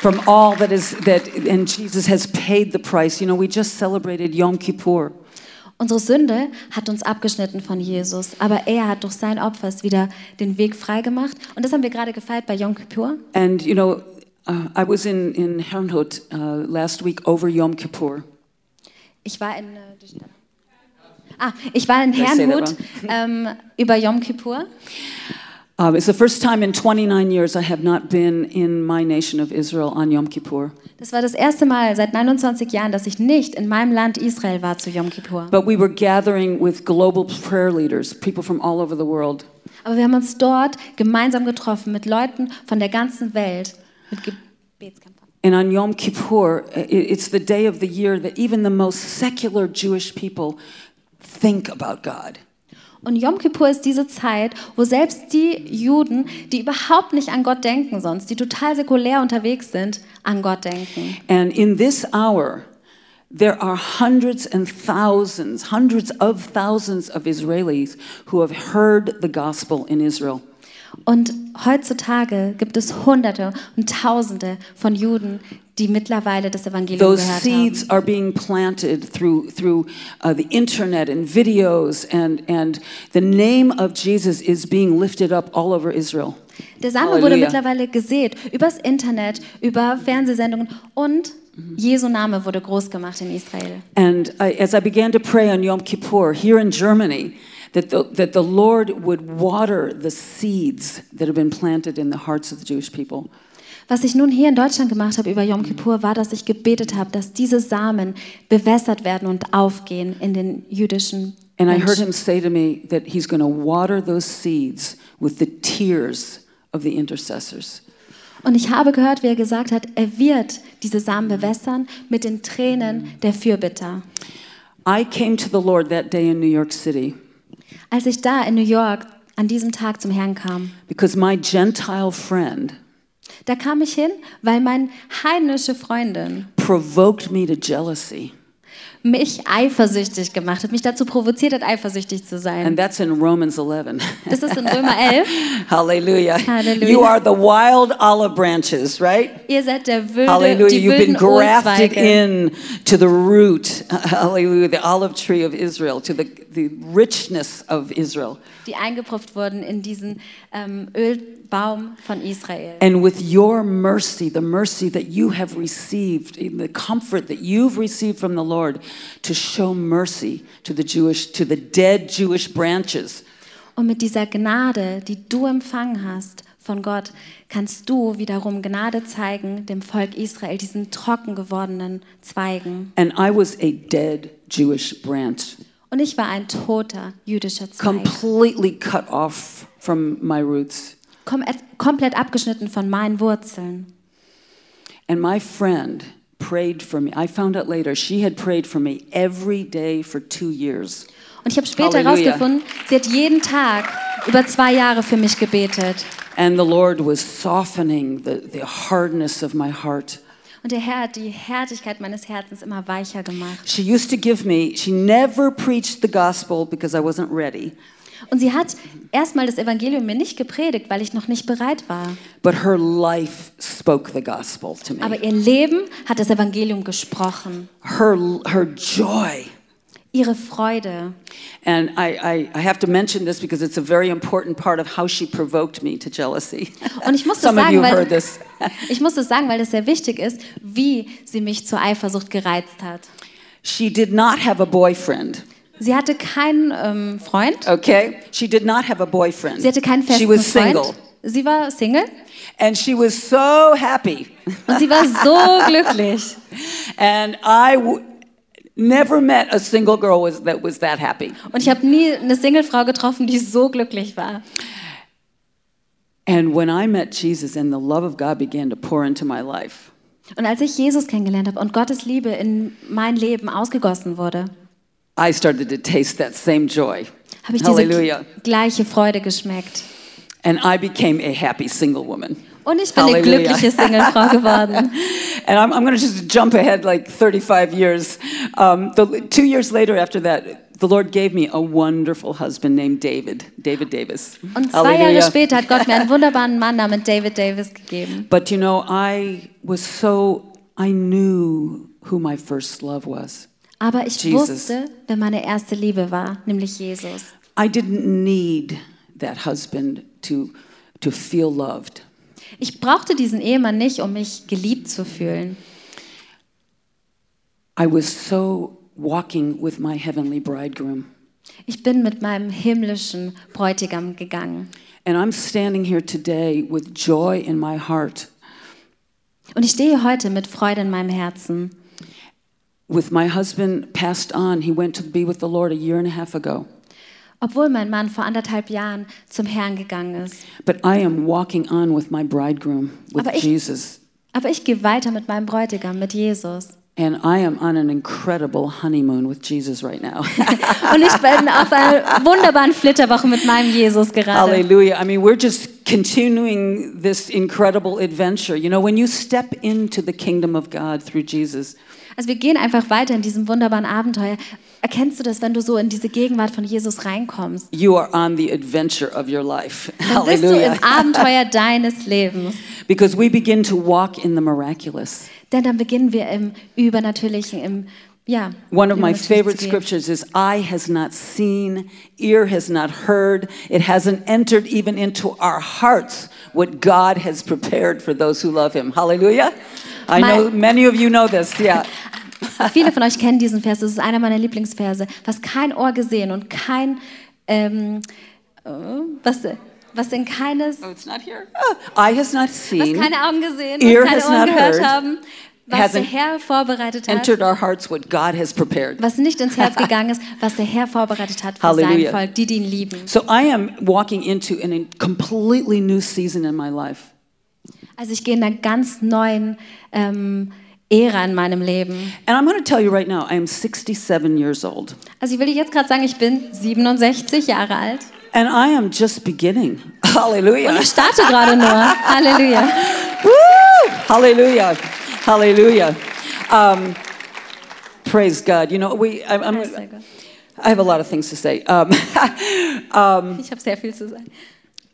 from all that is that and Jesus has paid the price. You know, we just celebrated Yom Kippur.
Unsere Sünde hat uns abgeschnitten von Jesus, aber er hat durch sein Opfer es wieder den Weg freigemacht. Und das haben wir gerade gefeiert bei Yom Kippur.
And you know, uh, I was in in Herrenhut uh, last week over Yom Kippur.
Ich war in, äh, die Stadt- ah, ich war in
Let's say that
Herrnhut ähm, über Yom Kippur.
Um, it's the first time in 29 years I have not been in my nation of Israel on Yom Kippur.
Das war das erste Mal seit 29 Jahren, dass ich nicht in meinem Land Israel war zu Yom Kippur.
But we were gathering with global prayer leaders, people from all over the world.
Aber wir haben uns dort gemeinsam getroffen mit Leuten von der ganzen Welt, mit Gebetskämpfern.
And on Yom Kippur, i- it's the day of the year that even the most secular Jewish people think about God.
Und Yom Kippur ist diese Zeit, wo selbst die Juden, die überhaupt nicht an Gott denken sonst, die total säkulär unterwegs sind, an Gott denken.
And in this hour, there are hundreds and thousands, hundreds of thousands of Israelis who have heard the gospel in Israel.
Und heutzutage gibt es Hunderte und Tausende von Juden, die mittlerweile das Evangelium
Those
gehört haben.
seeds are being planted through, through uh, the internet and videos, and, and the name of Jesus is being lifted up all over Israel.
Der Same wurde
Halleluja.
mittlerweile gesät, übers Internet, über Fernsehsendungen und
Mhm.
Jesu Name wurde groß gemacht in Israel.
And I, as I began to pray on Yom Kippur here in Germany, that the, that the Lord would water the seeds that have been planted in the hearts of the Jewish people.
Was ich nun hier in Deutschland gemacht habe über Yom
Mhm.
Kippur, war, dass ich gebetet habe, dass diese Samen bewässert werden und aufgehen in den jüdischen
And I
Menschen.
heard him say to me that he's going to water those seeds with the tears of the intercessors.
Und ich habe gehört, wie er gesagt hat, er wird diese Samen
Mhm.
bewässern mit den Tränen der Fürbitter.
I came to the Lord that day in New York City
Als ich da in New York an diesem Tag zum Herrn kam,
because my Gentile friend
da kam ich hin, weil meine heidnische Freundin
provoked me to jealousy.
mich eifersüchtig gemacht hat, mich dazu provoziert hat, eifersüchtig zu
And
sein.
that's in Romans 11.
Das ist in Römer 11.
Hallelujah.
Hallelujah.
You are the wild olive branches, right?
Ihr seid der wilde,
Hallelujah.
die
You've been
wilden
grafted
Ohlzweige.
in to the root, hallelujah, the olive tree of Israel, to the, the richness of Israel.
die eingepropft wurden in diesen ähm, Ölbaum von Israel.
And with your mercy, the mercy that you have received, in the comfort that you've received from the Lord, to show mercy to the Jewish, to the dead Jewish branches.
Und mit dieser Gnade, die du empfangen hast von Gott, kannst du wiederum Gnade zeigen dem Volk Israel, diesen trocken gewordenen Zweigen.
And I was a dead Jewish branch,
Und ich war ein toter jüdischer Zweig,
completely cut off from my roots.
kom äh, komplett abgeschnitten von meinen Wurzeln.
And my friend prayed for me. I found out later she had prayed for me every day for two years.
Und ich habe später
Halleluja.
herausgefunden, sie hat jeden Tag über zwei Jahre für mich gebetet.
And the Lord was softening the, the hardness of my heart.
Und der Herr hat die Härtigkeit meines Herzens immer weicher gemacht.
She used to give me, she never preached the gospel because I wasn't ready,
Und sie hat erstmal das Evangelium mir nicht gepredigt, weil ich noch nicht bereit war.
but her life spoke the gospel to me.
Aber ihr Leben hat das Evangelium gesprochen.
Her, her joy.
Ihre Freude.
And I, I, I have to mention this because it's a very important part of how she provoked me to jealousy.
Und ich muss das
Some of
sagen,
you heard
weil,
this.
ich muss das sagen, weil das sehr wichtig ist, wie sie mich zur Eifersucht gereizt hat.
She did not have a boyfriend.
Sie hatte keinen ähm, Freund.
Okay? She did not have a boyfriend.
Sie hatte keinen festen
she was
Freund.
single.
Sie war Single
And she was so happy.
und sie war so glücklich.
And I w- never met a single girl was, that was that happy.
Und ich habe nie eine Singlefrau getroffen, die so glücklich war.
And when I met Jesus and the love of God began to pour into my life,
Und als ich Jesus kennengelernt habe und Gottes Liebe in mein Leben ausgegossen wurde,
I started to taste that same joy.
habe ich diese
Hallelujah.
gleiche Freude geschmeckt.
And I became a happy single woman.
Und ich bin eine
Halleluja.
glückliche Singlefrau geworden.
And I'm, I'm going to just jump ahead like 35 years. Um, the, two years later, after that, the Lord gave me a wonderful husband named David, David Davis.
Und zwei Jahre später hat Gott mir einen wunderbaren Mann namens David Davis gegeben.
But you know, I was so, I knew who my first love was.
Aber ich
Jesus.
wusste, wer meine erste Liebe war, nämlich Jesus.
I didn't need that husband to, to feel loved.
Ich brauchte diesen Ehemann nicht, um mich geliebt zu fühlen.
I was so walking with my heavenly bridegroom.
Ich bin mit meinem himmlischen Bräutigam gegangen.
And I'm standing here today with joy in my heart,
Und ich stehe heute mit Freude in meinem Herzen.
with my husband passed on. He went to be with the Lord a year and a half ago.
Obwohl mein Mann vor anderthalb Jahren zum Herrn gegangen ist.
But I am walking on with my bridegroom, with
Aber ich-
Jesus.
Aber ich gehe weiter mit meinem Bräutigam, mit Jesus.
And I am on an incredible honeymoon with Jesus right now.
Und ich bin auf einer wunderbaren Flitterwoche mit meinem Jesus gerade.
Hallelujah. I mean, we're just continuing this incredible adventure. You know, when you step into the kingdom of God through Jesus,
Also wir gehen einfach weiter in diesem wunderbaren Abenteuer. Erkennst du das, wenn du so in diese Gegenwart von Jesus reinkommst?
you are on the adventure of your life.
Dann bist du
Hallelujah.
im Abenteuer deines Lebens.
Because we begin to walk in the miraculous.
Denn dann beginnen wir im Übernatürlichen, im ja.
One of
im
my
Übernatürlichen zu
favorite
gehen.
scriptures is Eye has not seen, ear has not heard, it hasn't entered even into our hearts what God has prepared for those who love Him. Hallelujah. I
My-
know many of you know this, yeah.
Viele von euch kennen diesen Vers. Das ist einer meiner Lieblingsverse. Was kein Ohr gesehen und kein ähm, äh, was was in keines
Oh, it's not here. Ah, Eye has not
was
seen,
keine Augen gesehen
Ear
und keine
has
Ohren
not
gehört
heard,
haben, was der
hasn't
Herr vorbereitet hat.
entered our hearts what God has prepared.
was nicht ins Herz gegangen ist, was der Herr vorbereitet hat für
Halleluja.
sein Volk, die, die ihn lieben.
So I am walking into an in completely new season in my life.
Also ich gehe in einer ganz neuen ähm, Ära in meinem Leben.
And I'm going to tell you right now, I am 67 years old.
Also ich will dir jetzt gerade sagen, ich bin 67 Jahre alt.
And I am just beginning. Hallelujah.
Ich starte gerade nur. Halleluja.
Woo! Hallelujah. Hallelujah. Um, praise God. You know, we, I, I'm,
Praise God.
I have a lot of things to say. Um, um,
Ich habe sehr viel zu sagen.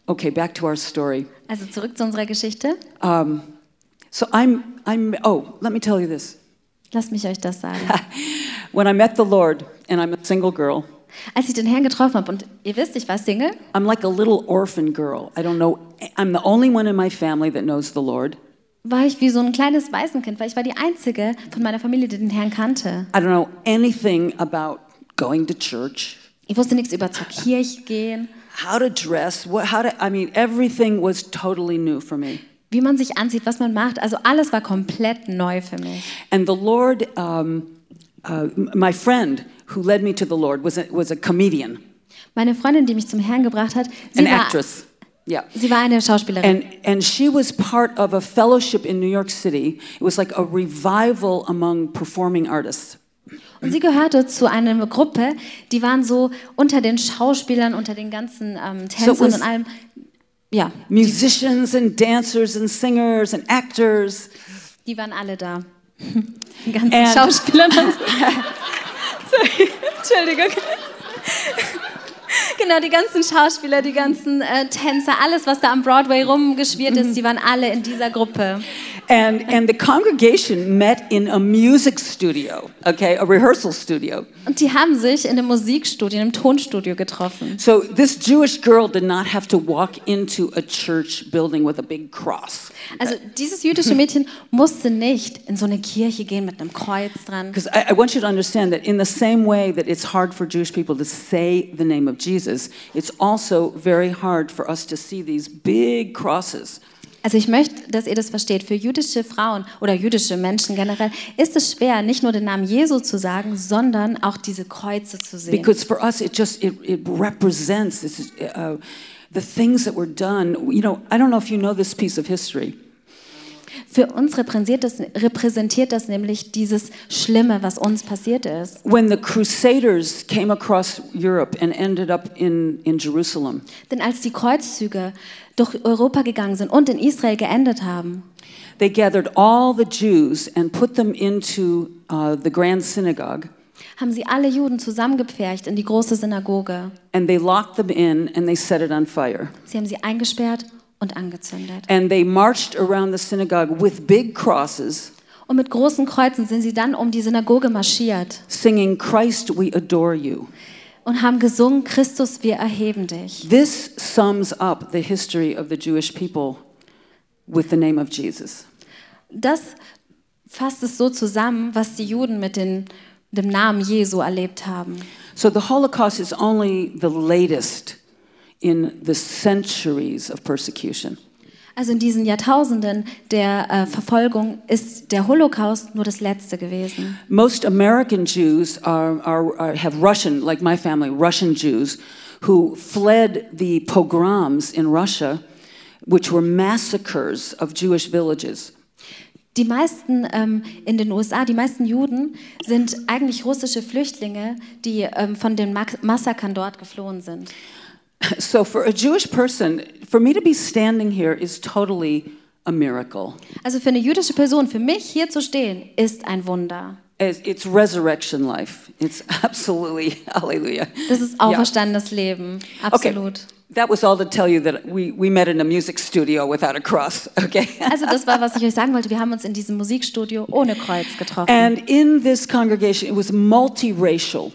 okay, back to our story.
Also zurück zu unserer Geschichte.
Um, so I'm, I'm, oh, let me tell you this.
Lasst mich euch das sagen.
When I met the Lord, and I'm a single girl,
Als ich den Herrn getroffen habe, und ihr wisst, ich war Single,
I'm like a little orphan girl. I don't know, I'm the only one in my family that knows the Lord.
war ich wie so ein kleines Waisenkind, weil ich war die Einzige von meiner Familie, die den Herrn kannte.
I don't know anything about going to church,
Ich wusste nichts über zur Kirche gehen,
how to dress, what, how to, I mean, everything was totally new for me.
wie man sich anzieht, was man macht. Also alles war komplett neu für mich.
And the Lord, um, uh, m- my friend who led me to the Lord was a, was a comedian,
Meine Freundin, die mich zum Herrn gebracht hat, sie,
an
war,
actress. Yeah.
sie war eine Schauspielerin.
And, and she was part of a fellowship in New York City. It was like a revival among performing artists.
Und sie gehörte zu einer Gruppe, die waren so unter den Schauspielern, unter den ganzen ähm, Tänzern
was-
und allem. Ja,
Musicians and dancers and singers and actors.
die waren alle da. Die ganzen
And-
Schauspieler. und alles. Sorry, Entschuldigung. Genau, die ganzen Schauspieler, die ganzen äh, Tänzer, alles, was da am Broadway rumgeschwirrt ist, die waren alle in dieser Gruppe.
And, and the congregation met in a music studio, okay, a rehearsal studio.
Und die haben sich in einem Musikstudio, in einem Tonstudio getroffen.
So this Jewish girl did not have to walk into a church building with a big cross.
Also dieses jüdische Mädchen musste nicht in so eine Kirche gehen mit einem Kreuz dran.
Because I, I want you to understand that in the same way that it's hard for Jewish people to say the name of Jesus, it's also very hard for us to see these big crosses.
Also ich möchte, dass ihr das versteht. Für jüdische Frauen oder jüdische Menschen generell ist es schwer, nicht nur den Namen Jesu zu sagen, sondern auch diese Kreuze zu sehen.
Because for us, it just it, it represents this, uh, the things that were done. You know, I don't know if you know this piece of history.
Für uns repräsentiert das, repräsentiert das nämlich dieses Schlimme, was uns passiert ist.
When the Crusaders came across Europe and ended up in, in Jerusalem,
Denn als die Kreuzzüge durch Europa gegangen sind und in Israel geendet haben,
they gathered all the Jews and put them into uh, the Grand Synagogue,
haben sie alle Juden zusammengepfercht in die große Synagoge.
and they locked them in and they set it on fire.
Sie haben sie eingesperrt und angezündet.
And they marched around the synagogue with big crosses,
Und mit großen Kreuzen sind sie dann um die Synagoge marschiert
singing, Christ, we adore you.
und haben gesungen, Christus, wir erheben dich.
This sums up the history of the Jewish people with the name of Jesus.
Das fasst es so zusammen, was die Juden mit den, dem Namen Jesu erlebt haben.
So the Holocaust is only the latest in the centuries of persecution.
Also in diesen Jahrtausenden der äh, Verfolgung ist der Holocaust nur das letzte gewesen.
Most American Jews are, are, are, have Russian, like my family, Russian Jews, who fled the pogroms in Russia, which were massacres of Jewish villages.
Die meisten ähm, in den USA, die meisten Juden sind eigentlich russische Flüchtlinge, die ähm, von den Mas- Massakern dort geflohen sind.
So for a Jewish person, for me to be standing here is totally a miracle.
Also für eine jüdische Person, für mich hier zu stehen, ist ein Wunder.
It's it's resurrection life. It's absolutely hallelujah.
Das ist
Yeah.
auferstandenes Leben,
Okay.
absolut.
That was all to tell you that we, we met in a music studio without a cross, okay?
Also das war, was ich euch sagen wollte. Wir haben uns in diesem Musikstudio ohne Kreuz getroffen.
and in this congregation, it was multiracial.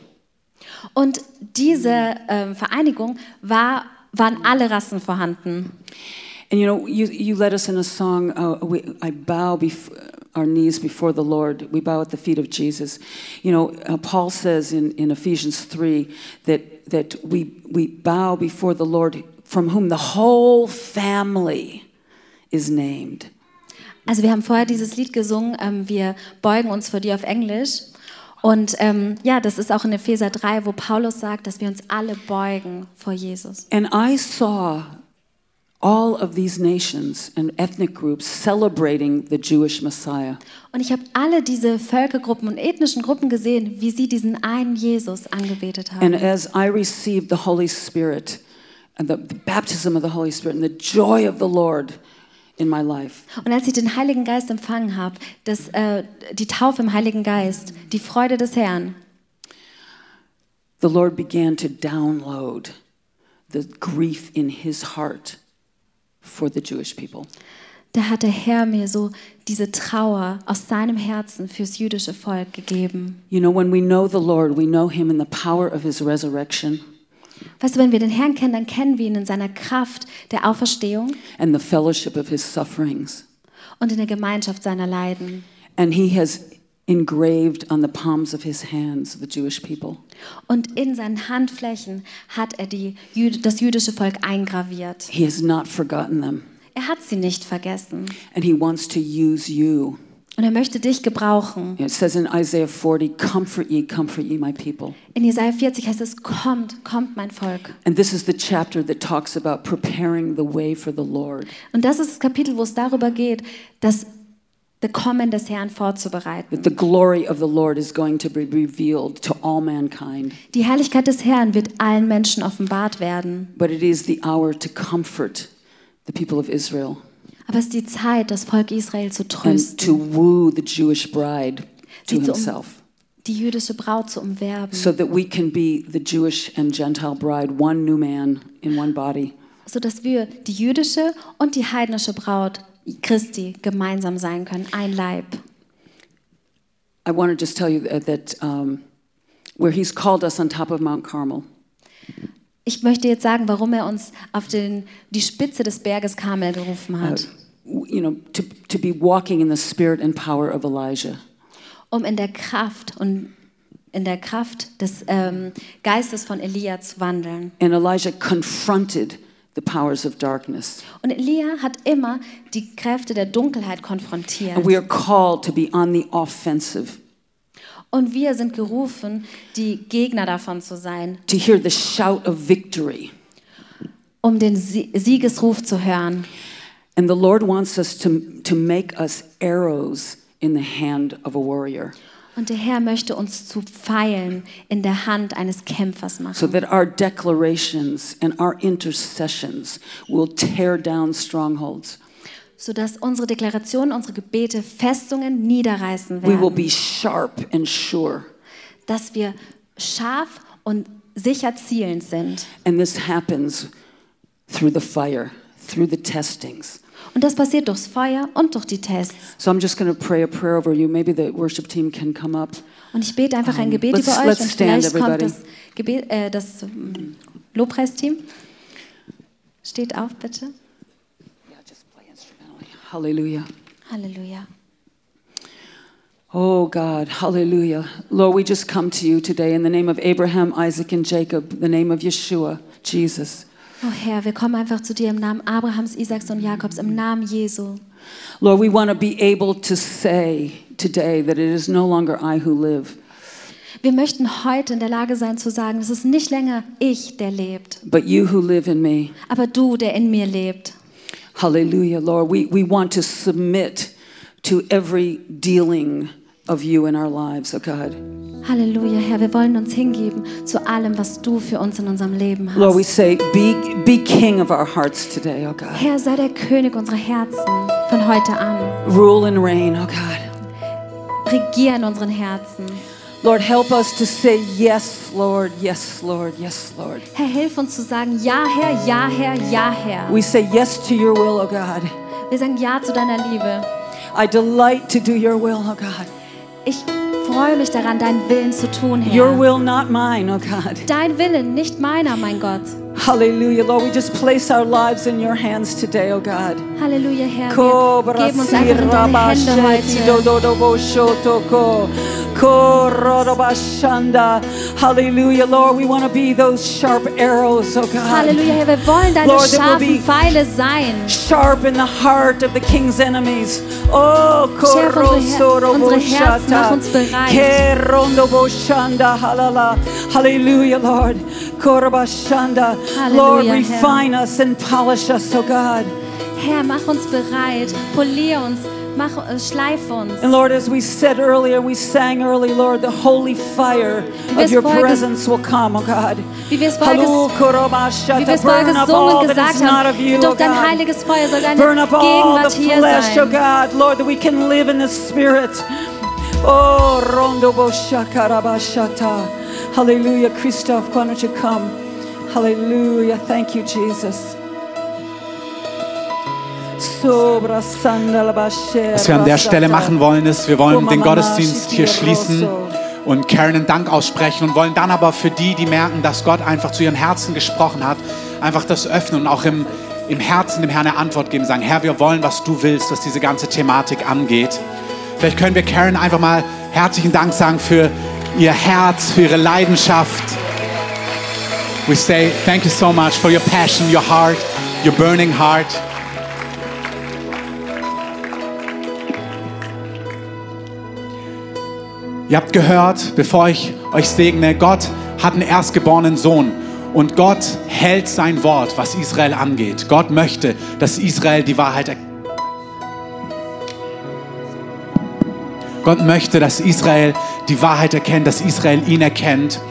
Und diese ähm, Vereinigung war, waren alle Rassen vorhanden.
And you know, you, you led us in a song, uh, we, I bow bef- our knees before the Lord, we bow at the feet of Jesus. You know, uh, Paul says in, in Ephesians 3 that, that we, we bow before the Lord from whom the whole family is named.
Also wir haben vorher dieses Lied gesungen, ähm, wir beugen uns vor dir auf Englisch. Und ähm, ja, das ist auch in Epheser 3, wo Paulus sagt, dass wir uns alle beugen vor Jesus.
And I saw all of these nations and ethnic groups celebrating the Jewish Messiah.
Und ich habe alle diese Völkergruppen und ethnischen Gruppen gesehen, wie sie diesen einen Jesus angebetet haben.
And as I received the Holy Spirit and the, the baptism of the Holy Spirit and the joy of the Lord in my life,
Und als ich den Heiligen Geist empfangen habe, das, äh, die Taufe im Heiligen Geist, die Freude des Herrn,
the Lord began to download the grief in his heart for the Jewish people.
da hat der Herr mir so diese Trauer aus seinem Herzen fürs jüdische Volk gegeben.
You know, when we know the Lord, we know him in the power of his resurrection
Weißt du, wenn wir den Herrn kennen, dann kennen wir ihn in seiner Kraft der Auferstehung
and the fellowship of his sufferings.
und in der Gemeinschaft seiner Leiden.
And he has engraved on the palms of his hands the Jewish people.
Und in seinen Handflächen hat er die, Jü- das jüdische Volk eingraviert.
He has not forgotten them.
Er hat sie nicht vergessen.
And he wants to use you.
Und er möchte dich gebrauchen.
It says in Isaiah 40, Comfort ye, comfort ye, my people.
In Jesaja 40 heißt es, kommt, kommt mein Volk.
And this is the chapter that talks about preparing the way for the Lord.
Und das ist das Kapitel, wo es darüber geht, das Kommen des Herrn vorzubereiten.
That the glory of the Lord is going to be revealed to all mankind.
Die Herrlichkeit des Herrn wird allen Menschen offenbart werden.
But it is the hour to comfort the people of Israel
Aber es ist die Zeit, das Volk Israel zu
and to
trösten,
woo the Jewish bride to
Sie zu um-
himself.
die jüdische Braut zu umwerben,
so that we can be the Jewish and Gentile bride, one new man in one body.
sodass wir die jüdische und die heidnische Braut Christi gemeinsam sein können, ein Leib.
I want to just tell you that, that um, where he's called us on top of Mount Carmel,
Ich möchte jetzt sagen, warum er uns auf den, die Spitze des Berges Karmel gerufen hat,
Uh, w- you know, to, to be walking in the spirit and power of Elijah.
um in der Kraft und in der Kraft des ähm, Geistes von Elia zu wandeln.
And Elijah confronted the powers of darkness.
Und Elia hat immer die Kräfte der Dunkelheit konfrontiert.
And we are called to be on the offensive,
Und wir sind gerufen, die Gegner davon zu sein,
to hear the shout of victory,
um den Sie- Siegesruf zu hören.
And the Lord wants us to, to make us arrows in the hand of a warrior
Und der Herr möchte uns zu Pfeilen in der Hand eines Kämpfers machen.
so that our declarations and our intercessions will tear down strongholds.
sodass unsere Deklarationen, unsere Gebete Festungen niederreißen
We will
werden,
be sharp and sure.
dass wir scharf und sicher zielend sind.
And this happens through the fire, through the testings.
Und das passiert durchs Feuer und durch die Tests.
So I'm just going to pray a prayer over you. Maybe the worship team can come up.
Und ich bete einfach ein
Um,
Gebet
let's-
über euch
let's
und
stand,
vielleicht kommt
everybody.
das, Gebet, äh, das ähm, Lobpreisteam. Steht auf, bitte.
Yeah, just play instrumentally. Hallelujah.
Halleluja.
Oh God, hallelujah. Lord, we just come to you today in the name of Abraham, Isaac, and Jacob, the name of Yeshua, Jesus.
Oh Herr, wir kommen einfach zu dir im Namen Abrahams, Isaaks und Jakobs, im Namen Jesu.
Lord, we want to be able to say today that it is no longer I who live,
Wir möchten heute in der Lage sein zu sagen, es ist nicht länger ich, der lebt,
but you who live in me.
aber du, der in mir lebt.
Hallelujah, Lord. We, we want to submit to every dealing of you in our lives, oh God.
Halleluja, Herr, wir wollen uns hingeben zu allem, was du für uns in unserem Leben hast.
Lord, we say, be, be king of our hearts today, oh God.
Herr, sei der König unserer Herzen von heute an.
Rule and reign, oh God.
Regier in unseren Herzen.
Lord, help us to say, yes, Lord, yes, Lord, yes, Lord.
Herr, hilf uns zu sagen, ja, Herr, ja, Herr, ja, Herr.
We say yes to your will, oh God.
Wir sagen ja zu deiner Liebe.
I delight to do your will, oh God.
Ich freue mich daran, deinen Willen zu tun, Herr.
Your will, not mine, oh God.
Dein Wille, nicht meiner, mein Gott.
Hallelujah, Lord. We just place our lives in your hands today, oh God.
Halleluja, Herr. Wir
Cobra
geben uns einfach in deine
siraba
Hände
sheti do
heute.
do do bo shoto ko. Kororoba shanda. Hallelujah, Lord. We want to be those sharp arrows, oh God.
Halleluja, Herr, wir wollen deine
Lord, there will be-
scharfen Pfeile sein.
Sharp in the heart of the king's enemies. Oh,
Schärf unsere Her-
korosoro bo
unsere Herzen, mach uns
shata.
bereit.
Kerondo bo shanda halala. Hallelujah, Lord. Koroba shanda. Lord,
Hallelujah, Herr.
refine us and polish us, oh God.
Herr, mach uns bereit, polier uns, mach, äh, schleif uns.
And Lord, as we said earlier, we sang early, Lord, the holy fire of
wir's
your
vorher ges-
presence will come, oh God.
Wie wir es vorher,
Halu
ges
korobasha,
wie wir
to
es vorher
burn up
gesungen
all
und
that
gesagt
is not of you,
haben,
oh
durch dein
God.
heiliges Feuer soll deine
Burn up all the
Gegenwart hier
flesh, oh
sein.
God, Lord, that we can live in the spirit. Oh, rondo bosha karabashata. Hallelujah. Christoph, why don't you come? Hallelujah. Thank you, Jesus. Sobra sandalabashe
Was wir an der Stelle
rasata.
machen wollen, ist, wir wollen den Gottesdienst hier schließen und Karen einen Dank aussprechen und wollen dann aber für die, die merken, dass Gott einfach zu ihrem Herzen gesprochen hat, einfach das öffnen und auch im, im Herzen dem Herrn eine Antwort geben, sagen, Herr, wir wollen, was du willst, was diese ganze Thematik angeht. Vielleicht können wir Karen einfach mal herzlichen Dank sagen für ihr Herz, für ihre Leidenschaft. We say thank you so much for your passion, your heart, your burning heart. Ihr habt gehört, bevor ich euch segne, Gott hat einen erstgeborenen Sohn und Gott hält sein Wort, was Israel angeht. Gott möchte, dass Israel die Wahrheit erkennt. Gott möchte, dass Israel die Wahrheit erkennt, dass Israel ihn erkennt.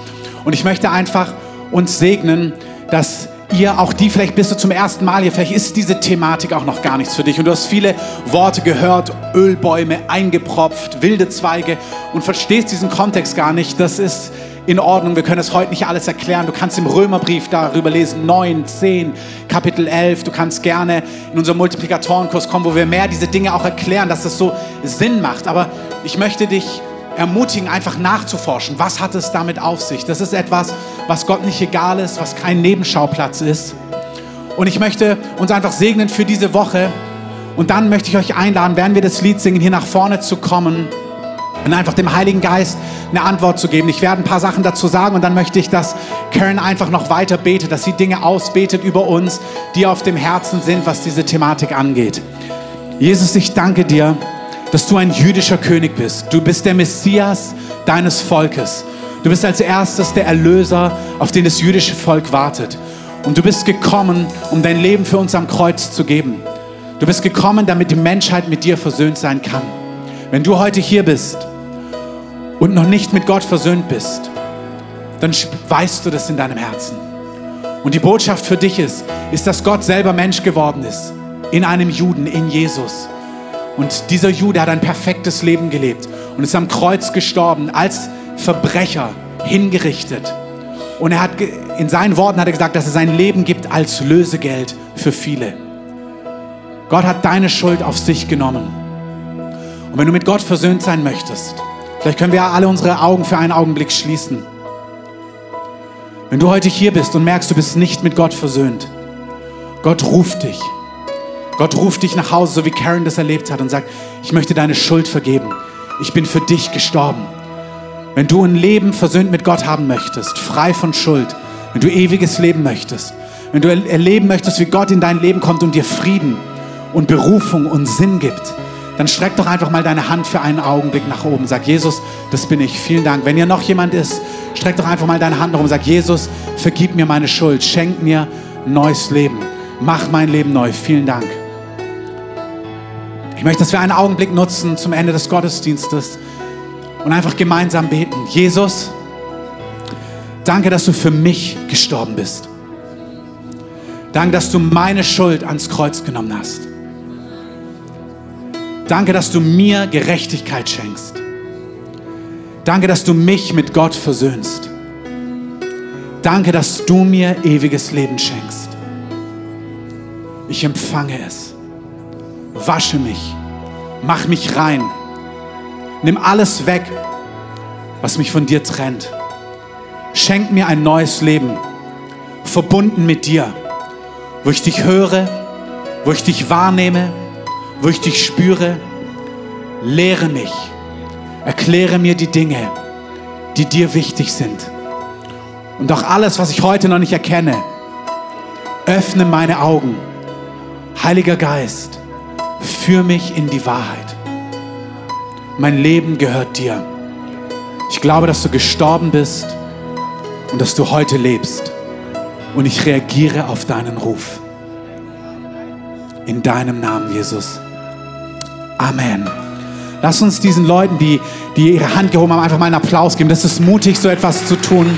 Und ich möchte einfach uns segnen, dass ihr auch die, vielleicht bist du zum ersten Mal hier, vielleicht ist diese Thematik auch noch gar nichts für dich. Und du hast viele Worte gehört, Ölbäume eingepropft, wilde Zweige und verstehst diesen Kontext gar nicht. Das ist in Ordnung, wir können es heute nicht alles erklären. Du kannst im Römerbrief darüber lesen, 9, 10, Kapitel 11. Du kannst gerne in unseren Multiplikatorenkurs kommen, wo wir mehr diese Dinge auch erklären, dass das so Sinn macht. Aber ich möchte dich ermutigen, einfach nachzuforschen. Was hat es damit auf sich? Das ist etwas, was Gott nicht egal ist, was kein Nebenschauplatz ist. Und ich möchte uns einfach segnen für diese Woche. Und dann möchte ich euch einladen, während wir das Lied singen, hier nach vorne zu kommen und einfach dem Heiligen Geist eine Antwort zu geben. Ich werde ein paar Sachen dazu sagen und dann möchte ich, dass Karen einfach noch weiter betet, dass sie Dinge ausbetet über uns, die auf dem Herzen sind, was diese Thematik angeht. Jesus, ich danke dir, dass du ein jüdischer König bist. Du bist der Messias deines Volkes. Du bist als erstes der Erlöser, auf den das jüdische Volk wartet. Und du bist gekommen, um dein Leben für uns am Kreuz zu geben. Du bist gekommen, damit die Menschheit mit dir versöhnt sein kann. Wenn du heute hier bist und noch nicht mit Gott versöhnt bist, dann sp- weißt du das in deinem Herzen. Und die Botschaft für dich ist, ist, dass Gott selber Mensch geworden ist. In einem Juden, in Jesus. Und dieser Jude hat ein perfektes Leben gelebt und ist am Kreuz gestorben, als Verbrecher hingerichtet. Und er hat ge- in seinen Worten hat er gesagt, dass er sein Leben gibt als Lösegeld für viele. Gott hat deine Schuld auf sich genommen. Und wenn du mit Gott versöhnt sein möchtest, vielleicht können wir alle unsere Augen für einen Augenblick schließen. Wenn du heute hier bist und merkst, du bist nicht mit Gott versöhnt, Gott ruft dich. Gott ruft dich nach Hause, so wie Karen das erlebt hat und sagt, ich möchte deine Schuld vergeben. Ich bin für dich gestorben. Wenn du ein Leben versöhnt mit Gott haben möchtest, frei von Schuld, wenn du ewiges Leben möchtest, wenn du er- erleben möchtest, wie Gott in dein Leben kommt und dir Frieden und Berufung und Sinn gibt, dann streck doch einfach mal deine Hand für einen Augenblick nach oben. Sag, Jesus, das bin ich. Vielen Dank. Wenn hier noch jemand ist, streck doch einfach mal deine Hand nach oben. Sag, Jesus, vergib mir meine Schuld. Schenk mir ein neues Leben. Mach mein Leben neu. Vielen Dank. Ich möchte, dass wir einen Augenblick nutzen zum Ende des Gottesdienstes und einfach gemeinsam beten. Jesus, danke, dass du für mich gestorben bist. Danke, dass du meine Schuld ans Kreuz genommen hast. Danke, dass du mir Gerechtigkeit schenkst. Danke, dass du mich mit Gott versöhnst. Danke, dass du mir ewiges Leben schenkst. Ich empfange es. Wasche mich. Mach mich rein. Nimm alles weg, was mich von dir trennt. Schenk mir ein neues Leben, verbunden mit dir, wo ich dich höre, wo ich dich wahrnehme, wo ich dich spüre. Lehre mich, erkläre mir die Dinge, die dir wichtig sind. Und auch alles, was ich heute noch nicht erkenne, öffne meine Augen. Heiliger Geist, führ mich in die Wahrheit mein Leben gehört dir. Ich glaube, dass du gestorben bist und dass du heute lebst. Und ich reagiere auf deinen Ruf. In deinem Namen, Jesus. Amen. Lass uns diesen Leuten, die, die ihre Hand gehoben haben, einfach mal einen Applaus geben. Das ist mutig, so etwas zu tun.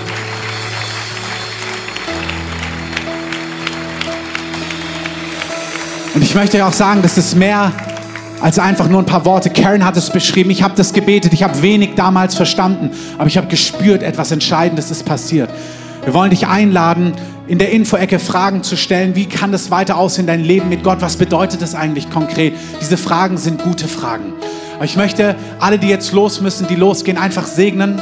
Und ich möchte euch auch sagen, das ist mehr als einfach nur ein paar Worte. Karen hat es beschrieben, ich habe das gebetet, ich habe wenig damals verstanden, aber ich habe gespürt, etwas Entscheidendes ist passiert. Wir wollen dich einladen, in der Infoecke Fragen zu stellen. Wie kann das weiter aussehen, dein Leben mit Gott? Was bedeutet das eigentlich konkret? Diese Fragen sind gute Fragen. Aber ich möchte alle, die jetzt los müssen, die losgehen, einfach segnen.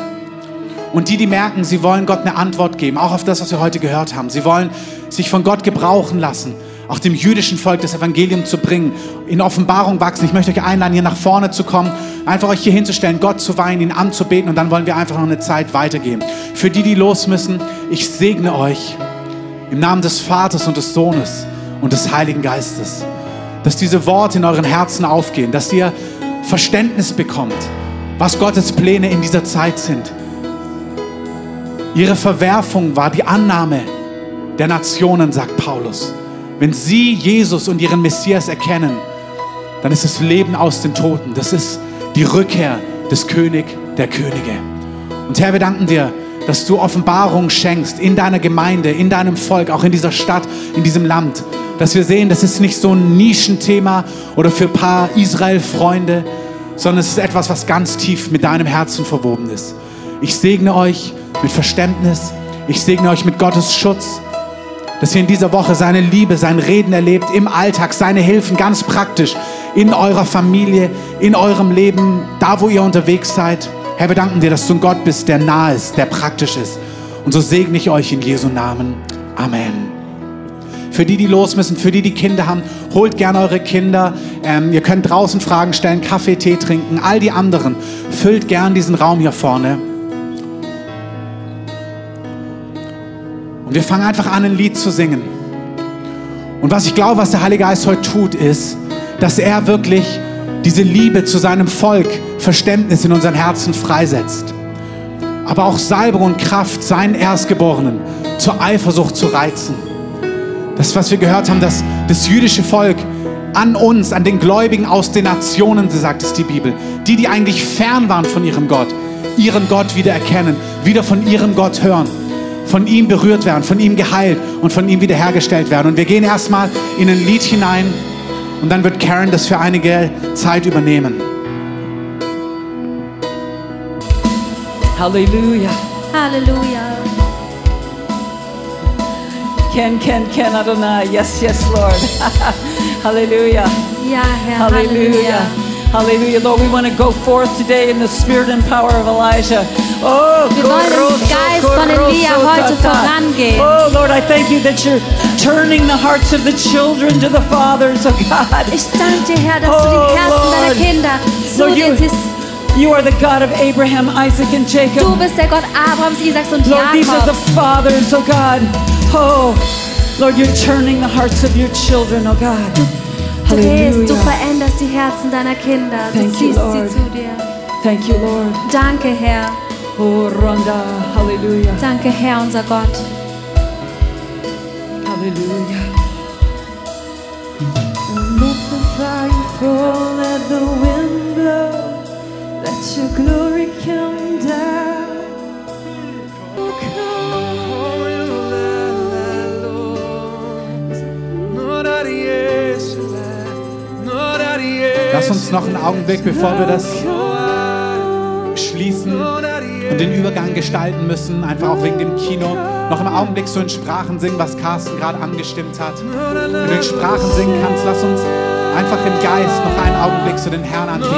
Und die, die merken, sie wollen Gott eine Antwort geben, auch auf das, was wir heute gehört haben. Sie wollen sich von Gott gebrauchen lassen, auch dem jüdischen Volk das Evangelium zu bringen, in Offenbarung wachsen. Ich möchte euch einladen, hier nach vorne zu kommen, einfach euch hier hinzustellen, Gott zu weihen, ihn anzubeten und dann wollen wir einfach noch eine Zeit weitergeben. Für die, die los müssen, ich segne euch im Namen des Vaters und des Sohnes und des Heiligen Geistes, dass diese Worte in euren Herzen aufgehen, dass ihr Verständnis bekommt, was Gottes Pläne in dieser Zeit sind. Ihre Verwerfung war die Annahme der Nationen, sagt Paulus. Wenn sie Jesus und ihren Messias erkennen, dann ist es Leben aus den Toten. Das ist die Rückkehr des König der Könige. Und Herr, wir danken dir, dass du Offenbarung schenkst in deiner Gemeinde, in deinem Volk, auch in dieser Stadt, in diesem Land. Dass wir sehen, das ist nicht so ein Nischenthema oder für ein paar Israel-Freunde, sondern es ist etwas, was ganz tief mit deinem Herzen verwoben ist. Ich segne euch mit Verständnis. Ich segne euch mit Gottes Schutz dass ihr in dieser Woche seine Liebe, sein Reden erlebt, im Alltag, seine Hilfen ganz praktisch, in eurer Familie, in eurem Leben, da wo ihr unterwegs seid. Herr, wir danken dir, dass du ein Gott bist, der nah ist, der praktisch ist. Und so segne ich euch in Jesu Namen. Amen für die, die los müssen, für die, die Kinder haben, holt gerne eure Kinder. Ähm, ihr könnt draußen Fragen stellen, Kaffee, Tee trinken, all die anderen. Füllt gern diesen Raum hier vorne. Und wir fangen einfach an, ein Lied zu singen. Und was ich glaube, was der Heilige Geist heute tut, ist, dass er wirklich diese Liebe zu seinem Volk, Verständnis in unseren Herzen freisetzt. Aber auch Salbung und Kraft, seinen Erstgeborenen zur Eifersucht zu reizen Das, was wir gehört haben, dass das jüdische Volk an uns, an den Gläubigen aus den Nationen, so sagt es die Bibel, die, die eigentlich fern waren von ihrem Gott, ihren Gott wieder erkennen, wieder von ihrem Gott hören, von ihm berührt werden, von ihm geheilt und von ihm wiederhergestellt werden. Und wir gehen erstmal in ein Lied hinein und dann wird Karen das für einige Zeit übernehmen.
Hallelujah.
Halleluja.
Ken, Ken, Ken Adonai. Yes, yes, Lord. Hallelujah.
Ja, Herr.
Hallelujah.
Halleluja.
Hallelujah. Lord, we want to go forth today in the spirit and power of Elijah. Oh,
Wir wollen im
Koroso,
Geist von
Koroso,
Elia heute
Tata.
vorangehen.
Oh, Lord, I thank you that you're turning the hearts of the children to the fathers, oh God.
Ich danke dir, Herr, dass du
Oh,
die Herzen deiner
Lord.
Kinder zu
Lord,
dir
you,
ziehst.
you are the God of Abraham, Isaac, and Jacob.
Du bist der Gott Abrahams, Isaaks und
Lord, these are the
Jakobs.
fathers, oh God. Oh, Lord, you're turning the hearts of your children, oh God.
Du drehst, du
Hallelujah.
veränderst die Herzen deiner Kinder. Du
Thank you,
ziehst sie
Lord.
zu dir.
Thank you, Lord.
Danke, Herr.
Oh, Ronda. Hallelujah.
Danke, Herr, unser Gott.
Hallelujah. Let the fire fall, let the wind blow, let your glory come down. Oh,
Lass uns noch einen Augenblick, bevor wir das schließen und den Übergang gestalten müssen, einfach auch wegen dem Kino, noch im Augenblick so in Sprachen singen, was Carsten gerade angestimmt hat. Wenn du in Sprachen singen kannst, lass uns einfach im Geist noch einen Augenblick zu den Herrn anbeten.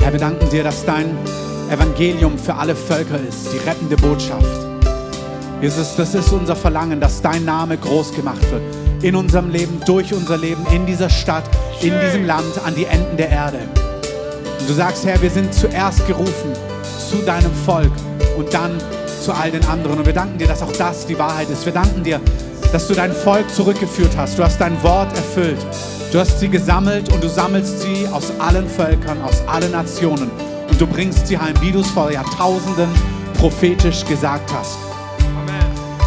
Herr, wir danken dir, dass dein Evangelium für alle Völker ist, die rettende Botschaft. Jesus, das ist unser Verlangen, dass dein Name groß gemacht wird. In unserem Leben, durch unser Leben, in dieser Stadt, in diesem Land, an die Enden der Erde. Und du sagst, Herr, wir sind zuerst gerufen zu deinem Volk und dann zu all den anderen. Und wir danken dir, dass auch das die Wahrheit ist. Wir danken dir, dass du dein Volk zurückgeführt hast. Du hast dein Wort erfüllt. Du hast sie gesammelt und du sammelst sie aus allen Völkern, aus allen Nationen. Und du bringst sie heim, wie du es vor Jahrtausenden prophetisch gesagt hast.